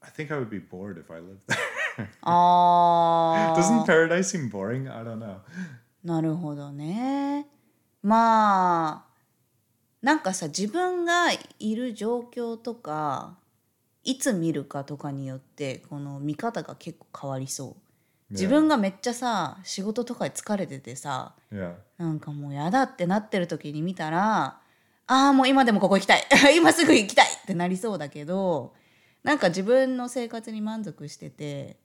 Speaker 1: I think I would be bored if I lived there. [laughs]
Speaker 2: あー
Speaker 1: Doesn't paradise seem boring? I don't know.
Speaker 2: なるほどねまあなんかさ自分がいる状況とかいつ見るかとかによってこの見方が結構変わりそう自分がめっちゃさ仕事とかで疲れててさ
Speaker 1: Yeah.
Speaker 2: なんかもうやだってなってる時に見たらああもう今でもここ行きたい [laughs] 今すぐ行きたいってなりそうだけどなんか自分の生活に満足してて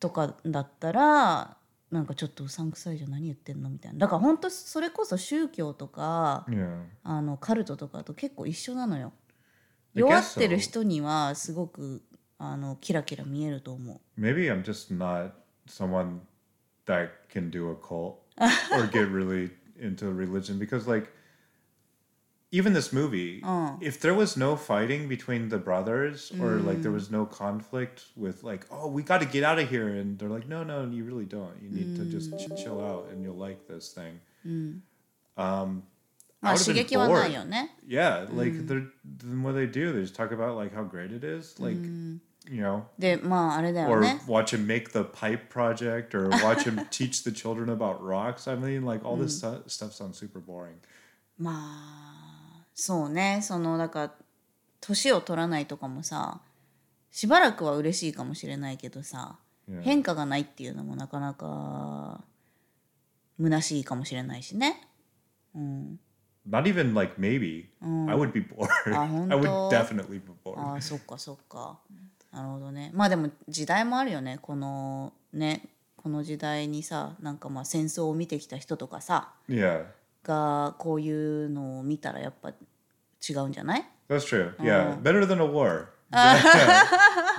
Speaker 2: とかだったらなんかちょっとうさんくさいじゃん何言ってんのみたいなだから本当それこそ宗教とか
Speaker 1: Yeah.
Speaker 2: あのカルトとかと結構一緒なのよ
Speaker 1: I guess so.
Speaker 2: 弱ってる人にはすごくあのキラキラ見えると思う
Speaker 1: Maybe I'm just not someone that can do a cult or get really into religion because, like, even this movie, if there was no fighting between the brothers or like there was no conflict with like, oh, we got to get out of here, and they're like, no, no, you really don't. You need to just ch- chill out, and you'll like this thing. Um,
Speaker 2: まあ
Speaker 1: I would've
Speaker 2: 刺
Speaker 1: been
Speaker 2: 激はないよね
Speaker 1: Yeah, like they're then what they do, they just talk about like how great it is. Like you know,
Speaker 2: でまああれだよ
Speaker 1: or
Speaker 2: ね
Speaker 1: watch him make the pipe project,
Speaker 2: [laughs]
Speaker 1: or watch him teach the children about rocks. I mean, like all this
Speaker 2: Mm.
Speaker 1: stu- stuff sounds super boring.
Speaker 2: まあそうねそのだから年を取らないとかもさしばらくは嬉しいかもしれないけどさ、
Speaker 1: Yeah.
Speaker 2: 変化がないっていうのもなかなか虚しいかもしれないしね
Speaker 1: Not even like maybe.
Speaker 2: Mm.
Speaker 1: I would be [laughs] bored. I
Speaker 2: honto?
Speaker 1: would definitely be bored.
Speaker 2: ああそっかそっかなるほどねまあでも時代もあるよねこのねこの時代にさなんかまあ戦争を見てきた人とかさ
Speaker 1: yeah,
Speaker 2: がこういうのを見たらやっぱ違うんじゃない
Speaker 1: that's true.
Speaker 2: Ah.
Speaker 1: Yeah, better than a
Speaker 2: [laughs]
Speaker 1: war. [laughs]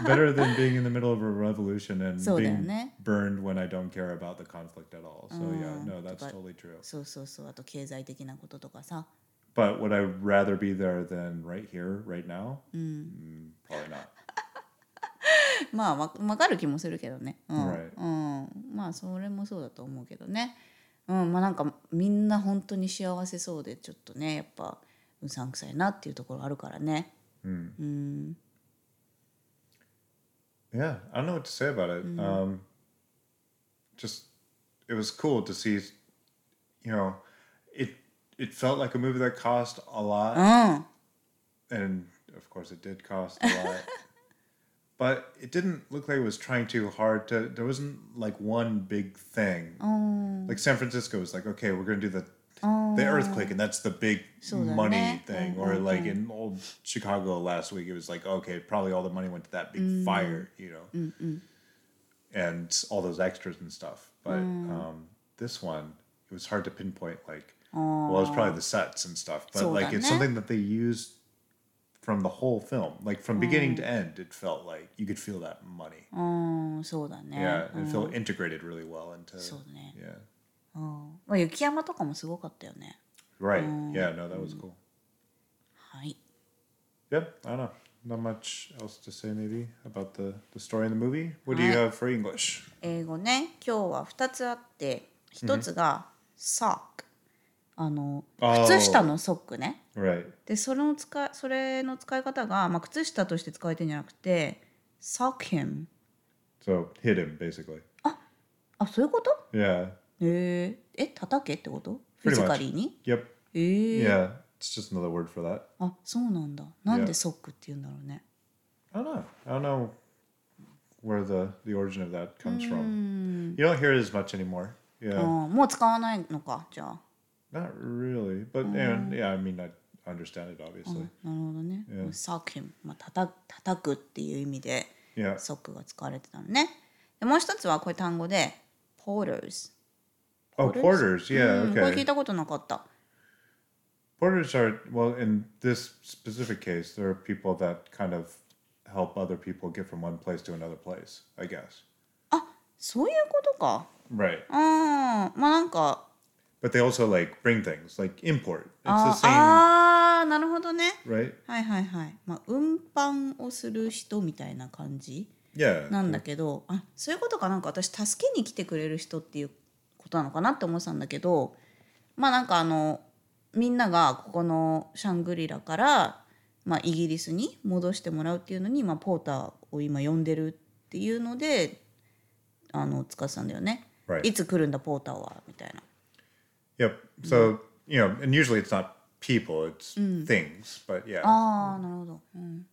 Speaker 1: better than being in the middle of a revolution and
Speaker 2: So
Speaker 1: being
Speaker 2: then, eh? Mm,
Speaker 1: burned when I don't care about the conflict at all. So yeah, no, that's
Speaker 2: but-
Speaker 1: totally true.
Speaker 2: そうそうそうあと経済的なこととかさ
Speaker 1: But would I rather be there than right here, right now? Mm, probably not.
Speaker 2: まあわわかる気もするけどね、うん
Speaker 1: はい
Speaker 2: うん、まあそれもそうだと思うけどね、うん、まあなんかみんな本当に幸せそうでちょっとねやっぱうさんくさいなっていうところあるからね
Speaker 1: Hmm. Yeah, I don't know what to say about it. Um, just it was cool to see. You know, it it felt like a movie that cost a lot,
Speaker 2: うん、
Speaker 1: and of course it did cost a lot. But it didn't look like it was trying too hard to. There wasn't like one big thing.
Speaker 2: Oh. うん、
Speaker 1: Like San Francisco was like, okay, we're gonna do the the earthquake, and that's the big money
Speaker 2: that,
Speaker 1: thing. Or like in old Chicago last week, it was like, okay, probably all the money went to that big fire, you know, and all those extras and stuff. But um, this one, it was hard to pinpoint. Like, well, it was probably the sets and stuff, but
Speaker 2: So
Speaker 1: like
Speaker 2: that,
Speaker 1: it's
Speaker 2: eh?
Speaker 1: something that they used from the whole film, like from beginning to end. It felt like you could feel that money.
Speaker 2: うん、そうだね
Speaker 1: Yeah,
Speaker 2: う
Speaker 1: it
Speaker 2: ん
Speaker 1: felt integrated really well into.
Speaker 2: そうね、
Speaker 1: Yeah.
Speaker 2: うんまあ、雪山とかもすごかったよね
Speaker 1: Right. Yeah. No, that was cool.
Speaker 2: はい
Speaker 1: Yep, I don't know. Not much else to say maybe about the, the story in the movie. What do you have for English?
Speaker 2: 英語ね今日は2つあって1つがソック、あの
Speaker 1: あー
Speaker 2: 靴下のソックね
Speaker 1: Right.
Speaker 2: でそれの使いそれの使い方が、まあ、靴下として使えてんじゃなくて「sock him
Speaker 1: So hit him basically. 」
Speaker 2: あそういうこと
Speaker 1: Yeah.
Speaker 2: へええ叩けってことフ
Speaker 1: Pretty
Speaker 2: ィ
Speaker 1: much
Speaker 2: ジカリーに
Speaker 1: Yep.
Speaker 2: ええ
Speaker 1: Yeah. It's just another word for that.
Speaker 2: あそうなんだなんで
Speaker 1: Yeah.
Speaker 2: ソックって言うんだろうね
Speaker 1: I don't know. I don't know where the, the origin of that comes from. You don't hear it as much anymore. Yeah.
Speaker 2: あーもう使わないのかじゃあ
Speaker 1: Not really. But and yeah, I mean I understand it obviously.
Speaker 2: なるほどね「
Speaker 1: Yeah.
Speaker 2: sock him」まあ叩「叩く」っていう意味で
Speaker 1: Yeah.
Speaker 2: ソックが使われてたのねでもう一つはこれ単語で「porters
Speaker 1: Oh
Speaker 2: Porters?
Speaker 1: porters, yeah,
Speaker 2: うん」これ聞い
Speaker 1: okay.
Speaker 2: たことなかった、
Speaker 1: Porters are well in this specific case, there are people that kind of help other people get from one place to another place, I guess.
Speaker 2: そういうことか
Speaker 1: Right.
Speaker 2: あーまあなんか
Speaker 1: But they also like bring things, like import. It's
Speaker 2: あ
Speaker 1: the
Speaker 2: ー
Speaker 1: same
Speaker 2: あーなるほどね
Speaker 1: right?
Speaker 2: はいはいはいまあ運搬をする人みたいな感じ
Speaker 1: Yeah.
Speaker 2: なんだけどあそういうことかなんか私助けに来てくれる人っていうことなのかなって思ってたんだけどまあなんかあのみんながここのシャングリラから、まあ、イギリスに戻してもらうっていうのに、まあ、ポーターを今呼んでるっていうのであの使ってたんだよね。
Speaker 1: Right.
Speaker 2: いつ来るんだポーターはみたいな。
Speaker 1: Yep. So, you know, and usually it's not people, it's things. But yeah.
Speaker 2: ああなるほど。うん、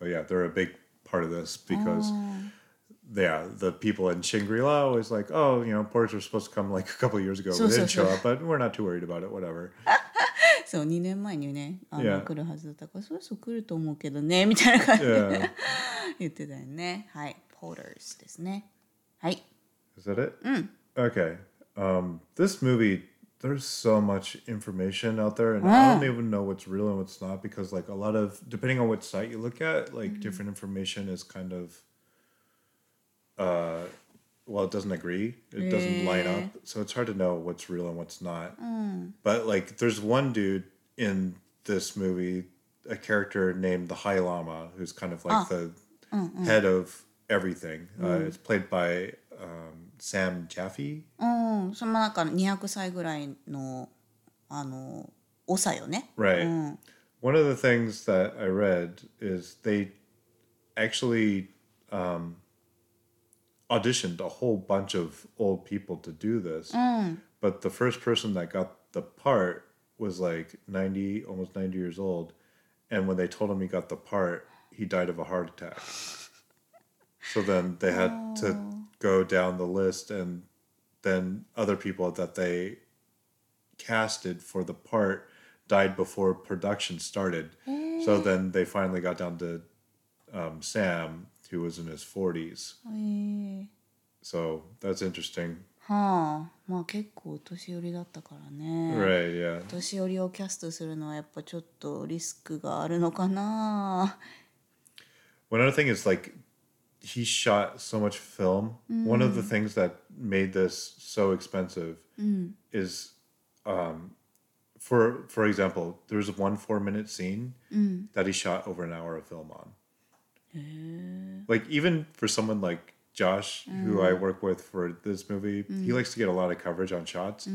Speaker 1: But yeah, they're a big part of this because yeah, the people in Shangri La always like, oh, you know, porters were supposed to come like a couple years ago.
Speaker 2: So,
Speaker 1: we didn't
Speaker 2: so,
Speaker 1: show
Speaker 2: so.
Speaker 1: up, but we're not too worried about it, whatever.
Speaker 2: そう2年前にねあの、
Speaker 1: Yeah.
Speaker 2: 来るはずだったからそろそろ来ると思うけどね [laughs] みたいな感じで
Speaker 1: Yeah.
Speaker 2: [laughs] 言ってたよねはい「porters」ですねはい
Speaker 1: Is that it? Okay. Um, this movie, there's so much information out there, and I don't even know what's real and what's not because, like, a lot of depending on what site you look at, like, different information is kind of, uh, well, it doesn't agree, it doesn't line up, so it's hard to know what's real and what's not. But like, there's one dude in this movie, a character named the High Lama, who's kind of like the head of everything. Uh, it's played by um, Sam Jaffe.
Speaker 2: うんそのなんか200歳ぐらいのあの長よね
Speaker 1: Right. One of the things that I read is they actually um, auditioned a whole bunch of old people to do this. But the first person that got the part was like 90, almost 90 years old. And when they told him he got the part, he died of a heart attack. so then they had to go down the list and then other people that they casted for the part died before production started. So then they finally got down to um, Sam, who was in his 40s.
Speaker 2: ええ
Speaker 1: So that's interesting.
Speaker 2: はあまあ結構お年寄りだったからね、
Speaker 1: Right, yeah.
Speaker 2: お年寄りをキャストするのはやっぱちょっとリスクがあるのかな
Speaker 1: One other thing is like he shot so much film. One of the things that made this so expensive is um, for for example, there's one four minute scene that he shot over an hour of film on. Like even for someone like Josh, who I work with for this movie, he likes to get a lot of coverage on shots,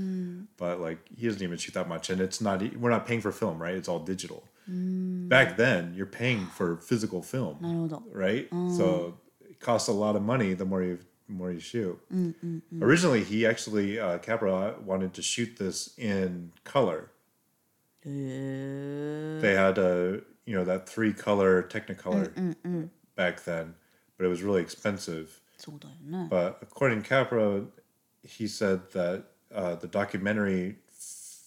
Speaker 1: but like he doesn't even shoot that much, and it's not e- we're not paying for film, right? It's all digital. Back then, you're paying for physical film
Speaker 2: なるほど
Speaker 1: right? So it costs a lot of money the more you the more you shoot. Originally, he actually uh, Capra wanted to shoot this in color.
Speaker 2: へえ
Speaker 1: They had a you know that three color Technicolor back then, but it was really expensive.
Speaker 2: そうだよね
Speaker 1: But according to Capra, he said that uh, the documentary f-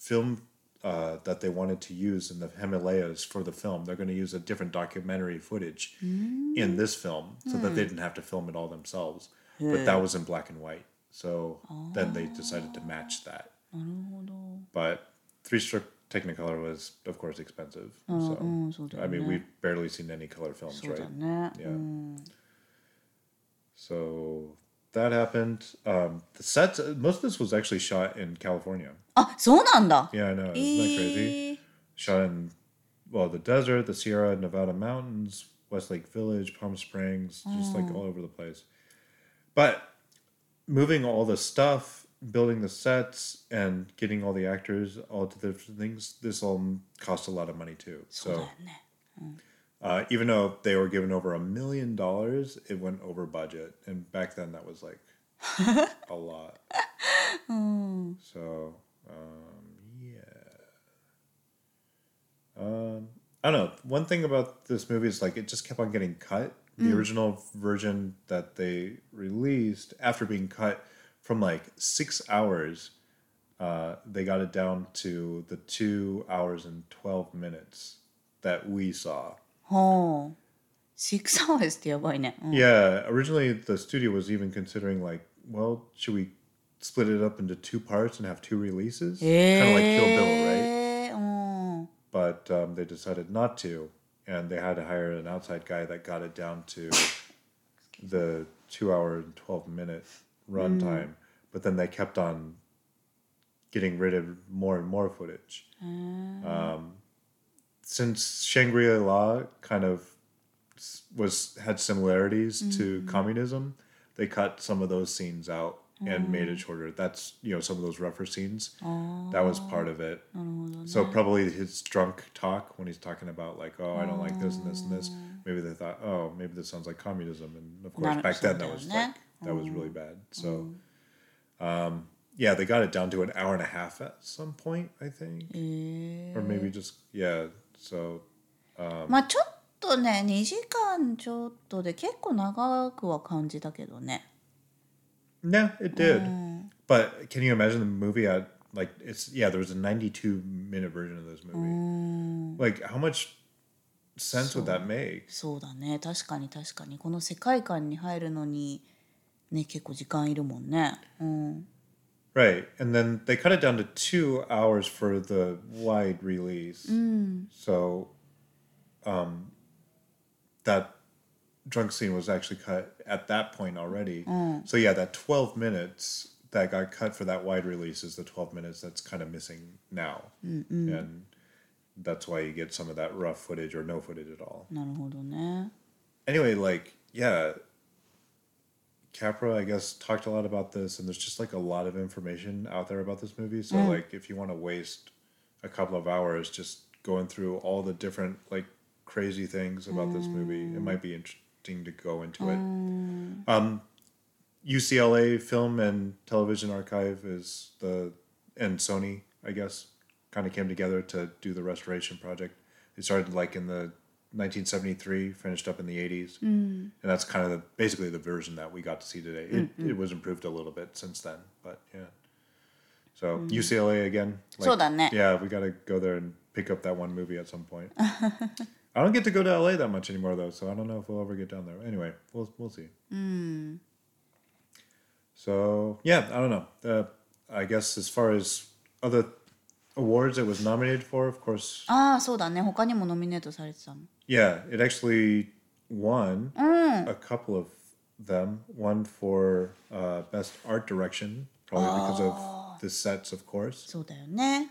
Speaker 1: film uh, that they wanted to use in the Himalayas for the film, they're going to use a different documentary footage in this film so that they didn't have to film it all themselves. But that was in black and white. So then they decided to match that.
Speaker 2: なるほど
Speaker 1: But three stroke Technicolor was, of course, expensive.
Speaker 2: うん
Speaker 1: So,
Speaker 2: そうだ
Speaker 1: I
Speaker 2: よ
Speaker 1: mean, we've
Speaker 2: ね
Speaker 1: barely seen any color films,
Speaker 2: そう
Speaker 1: right?
Speaker 2: だね、
Speaker 1: Yeah.
Speaker 2: うん
Speaker 1: So that happened. Um, the sets, most of this was actually shot in California.
Speaker 2: あそうなんだ
Speaker 1: Yeah, I know. Isn't that
Speaker 2: え
Speaker 1: crazy?
Speaker 2: ー
Speaker 1: Shot in, well, the desert, the Sierra Nevada mountains, Westlake Village, Palm Springs, just like all over the place. But moving all the stuff, building the sets, and getting all the actors, all to the different things, this all cost a lot of money too.
Speaker 2: そうだ
Speaker 1: So
Speaker 2: よね
Speaker 1: uh, even though they were given over a million dollars, it went over budget, and back then that was like a lot. So um, yeah, um, I don't know. One thing about this movie is like it just kept on getting cut. The original version that they released after being cut from like six hours, uh, they got it down to the two hours and twelve minutes that we saw.
Speaker 2: はあシックス [laughs] アワーズってやばいね、うん
Speaker 1: Yeah, originally the studio was even considering like, well, should we split it up into two parts and have two releases? Kind of like Kill Bill, right?
Speaker 2: えーうん、
Speaker 1: But um, they decided not to, and they had to hire an outside guy that got it down to the two hour and twelve minute runtime. But then they kept on getting rid of more and more footage. Um, since Shangri La kind of was had similarities to communism, they cut some of those scenes out and made it shorter. That's you know some of those rougher scenes. That was part of it. So probably his drunk talk when he's talking about like, oh, I don't like this and this and this. Maybe they thought, oh, maybe this sounds like communism, and of course
Speaker 2: Not
Speaker 1: back then that
Speaker 2: something,
Speaker 1: was
Speaker 2: eh?
Speaker 1: like that was really bad. So. Um, yeah, they got it down to an hour and a half at some point, I think,
Speaker 2: えー
Speaker 1: or maybe just yeah. So
Speaker 2: まあちょっとね2時間ちょっとで結構長くは感じたけどね
Speaker 1: No, it did. But can you imagine the movie at like it's yeah, there was a 92 minute version of this movie. Like how much sense would that make?
Speaker 2: そうだね確かに確かにこの世界観に入るのにね結構時間いるもんねうん、
Speaker 1: Right. And then they cut it down to 2 hours for the wide release. So um that drunk scene was actually cut at that point already. So yeah, that 12 minutes that got cut for that wide release is the 12 minutes that's kind of missing now. And that's why you get some of that rough footage or no footage at all.
Speaker 2: なるほどね
Speaker 1: Anyway, like yeah, Capra I guess talked a lot about this and there's just like a lot of information out there about this movie. So like if you want to waste a couple of hours just going through all the different like crazy things about this movie. It might be interesting to go into it.
Speaker 2: ん
Speaker 1: Um, UCLA Film and Television Archive is the and Sony, I guess, kind of came together to do the restoration project. It started like in the 1973, finished up in the 80s, and that's kind of the, basically the version that we got to see today. It, it was improved a little bit since then, but yeah. So UCLA again. like,
Speaker 2: そうだね。
Speaker 1: Yeah, we got to go there and pick up that one movie at some point. I don't get to go to LA that much anymore though, so I don't know if we'll ever get down there. Anyway, we'll we'll see. So yeah, I don't know. Uh, I guess as far as other awards it was nominated for, of course,
Speaker 2: ああそうだね他にもノミネートされてたの
Speaker 1: yeah, it actually won a couple of them. One for uh, best art direction, probably because of the sets, of course.
Speaker 2: そうだよね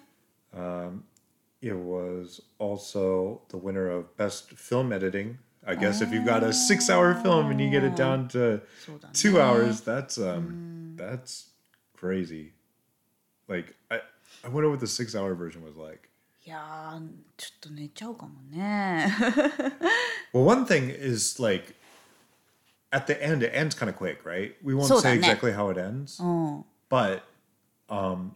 Speaker 1: It was also the winner of best film editing. I guess if you've got a six-hour film and you get it down to
Speaker 2: そうだね
Speaker 1: two hours that's um that's crazy like i i wonder what the six hour version was like
Speaker 2: いやーちょっと寝ちゃうかもね [laughs]
Speaker 1: well one thing is like at the end it ends kind of quick right we won't
Speaker 2: So
Speaker 1: say
Speaker 2: that Oh. neck.
Speaker 1: exactly how it ends
Speaker 2: うん
Speaker 1: but um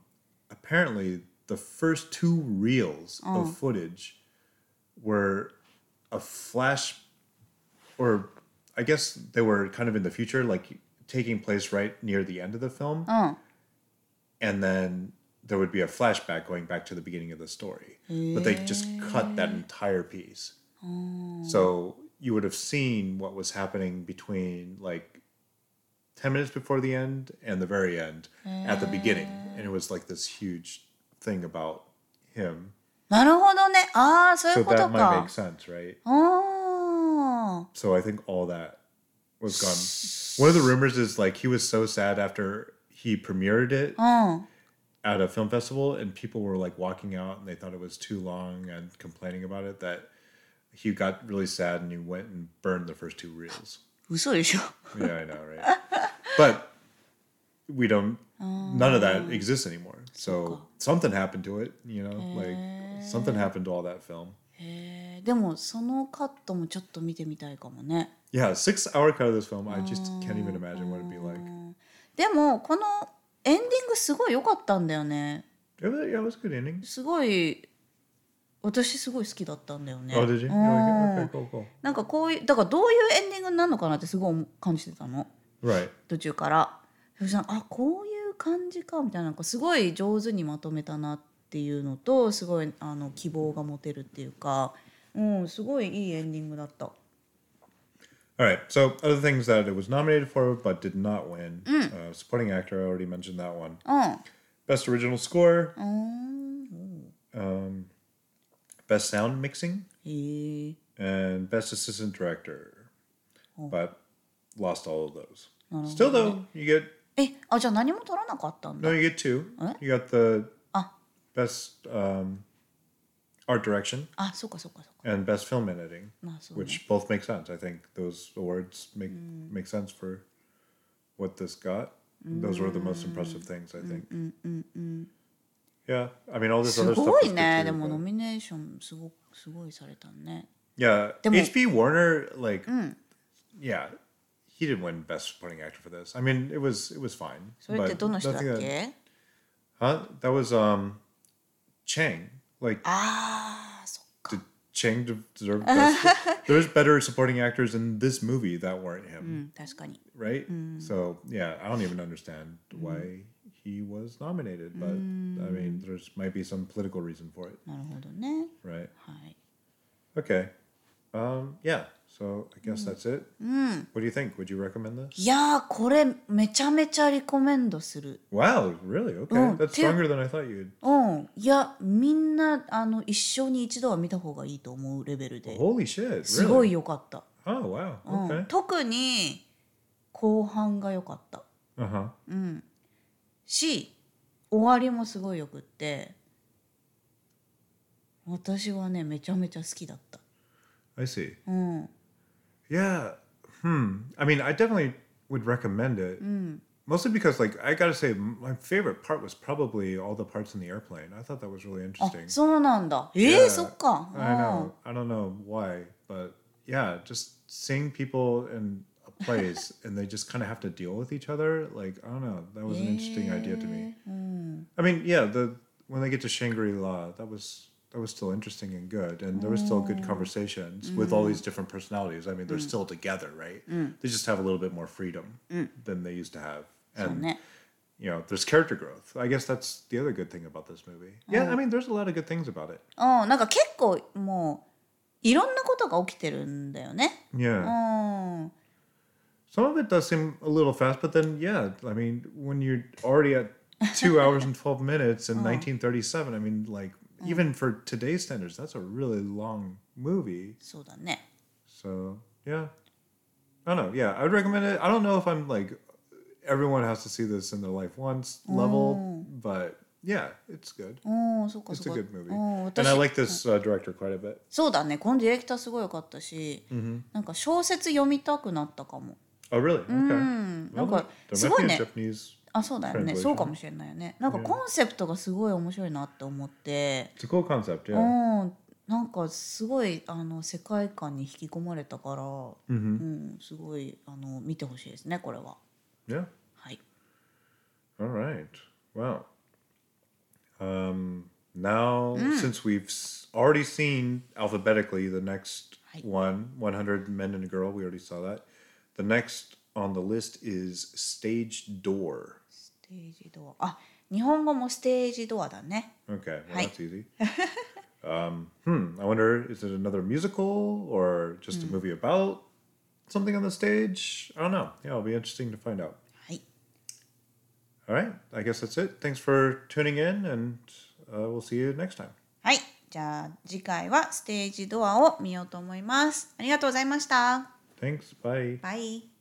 Speaker 1: apparently the first two reels
Speaker 2: Oh.
Speaker 1: of footage were a flash or i guess they were kind of in the future like taking place right near the end of the film
Speaker 2: うん
Speaker 1: and then there would be a flashback going back to the beginning of the story. But they just cut that entire piece. So you would have seen what was happening between like 10 minutes before the end and the very end at the beginning. And it was like this huge thing about him.
Speaker 2: なるほどねああそうい
Speaker 1: So
Speaker 2: うこと
Speaker 1: that might make
Speaker 2: か
Speaker 1: sense, right?
Speaker 2: ああ
Speaker 1: So I think all that was gone. One of the rumors is like he was so sad after he premiered it
Speaker 2: うん
Speaker 1: at a film festival and people were like walking out and they thought it was too long and complaining about it that he got really sad and he went and burned the first two reels.
Speaker 2: 嘘でしょ [laughs]
Speaker 1: yeah, I know, right? But we don't none of that exists anymore. So something happened to it, you know, like something happened to all that film.
Speaker 2: えーでもそのカットもちょっと見てみたいかもね
Speaker 1: Yeah, six hour cut of this film, I just can't even imagine what it'd be like.
Speaker 2: でもこのエンディングすごい良かったんだよね
Speaker 1: It was, yeah, it was a good ending.
Speaker 2: すごい私すごい好きだったんだよね
Speaker 1: Oh, did you? You
Speaker 2: うん
Speaker 1: like it? Okay, cool, cool.
Speaker 2: なんかこういうだからどういうエンディングになるのかなってすごい感じてたの
Speaker 1: Right.
Speaker 2: 途中から藤さんあこういう感じかみたいななんかすごい上手にまとめたなっていうのとすごいあの希望が持てるっていうか、うん、すごいいいエンディングだった。
Speaker 1: All right. So other things that it was nominated for but did not win. Uh, supporting actor, I already mentioned that one.
Speaker 2: う
Speaker 1: Best original score, um,
Speaker 2: ん、うーん、
Speaker 1: best sound mixing,
Speaker 2: へえ
Speaker 1: and best assistant director. But lost all of those.
Speaker 2: なる
Speaker 1: Still
Speaker 2: ほど。
Speaker 1: though, you get
Speaker 2: えあじゃあ何も取らなかったんだ
Speaker 1: no, you get two.
Speaker 2: Huh?
Speaker 1: You got the
Speaker 2: Ah.
Speaker 1: best um, art direction
Speaker 2: あそうかそうかそうか
Speaker 1: and best film editing,
Speaker 2: まあそうね
Speaker 1: which both make sense. I think those awards make make sense for what this got. Those were the most impressive things I think. Yeah, I mean all this
Speaker 2: す
Speaker 1: other stuff.
Speaker 2: ご
Speaker 1: was
Speaker 2: い
Speaker 1: good
Speaker 2: ね
Speaker 1: too,
Speaker 2: でも
Speaker 1: but-
Speaker 2: ノミネーションすごくすごいされたね
Speaker 1: Yeah,
Speaker 2: でも-
Speaker 1: H.P. Warner, like, yeah, he didn't win Best Supporting Actor for this. I mean, it was it was fine.
Speaker 2: それって
Speaker 1: but
Speaker 2: どの人だっ
Speaker 1: nothing
Speaker 2: け
Speaker 1: that- huh? That was um, Chang.
Speaker 2: Ah.
Speaker 1: Like,
Speaker 2: ああそっか
Speaker 1: did Chang de- deserve Best? There's better supporting actors in this movie that weren't
Speaker 2: う
Speaker 1: him,
Speaker 2: ん確かに
Speaker 1: right? So yeah, I don't even understand why he was nominated, but I mean, there's might be some political reason for it,
Speaker 2: なるほどね
Speaker 1: right?
Speaker 2: はい
Speaker 1: Okay. Um, yeah. So I guess that's it. What do you think? Would you recommend this?
Speaker 2: いやーこれめちゃめちゃリコメンドする
Speaker 1: Wow, really? Okay.
Speaker 2: Oh,
Speaker 1: that's
Speaker 2: two-
Speaker 1: stronger than I thought you'd.
Speaker 2: うんいやみんなあの一生に一度は見た方がいいと思うレベルで
Speaker 1: Holy shit.
Speaker 2: すごい
Speaker 1: Really?
Speaker 2: 良かった、
Speaker 1: Oh, wow.
Speaker 2: うん
Speaker 1: Okay.
Speaker 2: 特に後半が良かった
Speaker 1: Uh huh.
Speaker 2: し終わりもすごいよくって私はねめちゃめちゃ好きだった、
Speaker 1: I see.
Speaker 2: うん、Mm.
Speaker 1: Yeah. Hmm. I mean, I definitely would recommend it. Mostly because, like, I gotta say, m- my favorite part was probably all the parts in the airplane. I thought that was really
Speaker 2: あ
Speaker 1: interesting.
Speaker 2: そうなんだえー
Speaker 1: Yeah.
Speaker 2: そっか
Speaker 1: I know. I don't know why, but yeah, just seeing people in a place and they just kind of have to deal with each other. Like, I don't know. That was an interesting idea to me.
Speaker 2: うん
Speaker 1: I mean, yeah, the when they get to Shangri La, that was that was still interesting and good, and there was still good conversations with all these different personalities. I mean, they're still together, right? They just have a little bit more freedom than they used to have,
Speaker 2: そう
Speaker 1: and
Speaker 2: ね
Speaker 1: you know, there's character growth. I guess that's the other good thing about this movie. Yeah, I mean, there's a lot of good things about it.
Speaker 2: うんなんか結構もういろんなことが起きてるんだよね
Speaker 1: Yeah.
Speaker 2: うん、
Speaker 1: Some of it does seem a little fast, but then yeah, I mean, when you're already at two hours and twelve minutes in 1937, I mean, like even for today's standards, that's a really long movie.
Speaker 2: そうだね
Speaker 1: So yeah, I don't know. Yeah, I would recommend it. I don't know if I'm like everyone has to see this in their life once level, but yeah, it's good.
Speaker 2: うんそっか
Speaker 1: It's
Speaker 2: そ
Speaker 1: a
Speaker 2: っか
Speaker 1: good movie,
Speaker 2: うん
Speaker 1: and
Speaker 2: 私
Speaker 1: I like this uh, director quite a bit.
Speaker 2: そうだねこのディレクターすごい良かったし、なんか小説読みたくなったかも
Speaker 1: Oh really? Okay.
Speaker 2: うんなん
Speaker 1: Well,
Speaker 2: か
Speaker 1: there
Speaker 2: す
Speaker 1: might
Speaker 2: ご
Speaker 1: be
Speaker 2: い
Speaker 1: a
Speaker 2: ね
Speaker 1: Japanese.
Speaker 2: あそうだよね
Speaker 1: translation
Speaker 2: そうかもしれないよねなんかコンセプトがすごい面白いなって思って、
Speaker 1: It's a cool concept. Yeah.
Speaker 2: うんなんかすごいあの世界観に引き込まれたから、うんすごいあの見てほしいですねこれは
Speaker 1: Yeah.
Speaker 2: はい、
Speaker 1: All right. Well, um, now since we've s- already seen alphabetically the next
Speaker 2: Hi.
Speaker 1: one, 100 Men and a Girl, we already saw that. The next on the list is Stage Door.
Speaker 2: ステージドアあ日本語もステージドアだね
Speaker 1: Okay, well,
Speaker 2: Hi.
Speaker 1: that's easy. um, hmm, I wonder is it another musical or just a movie about something on the stage? I don't know. Yeah, it'll be interesting to find out.
Speaker 2: はい、
Speaker 1: All right, I guess that's it. Thanks for tuning in, and uh, we'll see you next time.
Speaker 2: はい、じゃあ次回はステージドアを見ようと思いますありがとうございました
Speaker 1: Thanks. Bye.
Speaker 2: バイ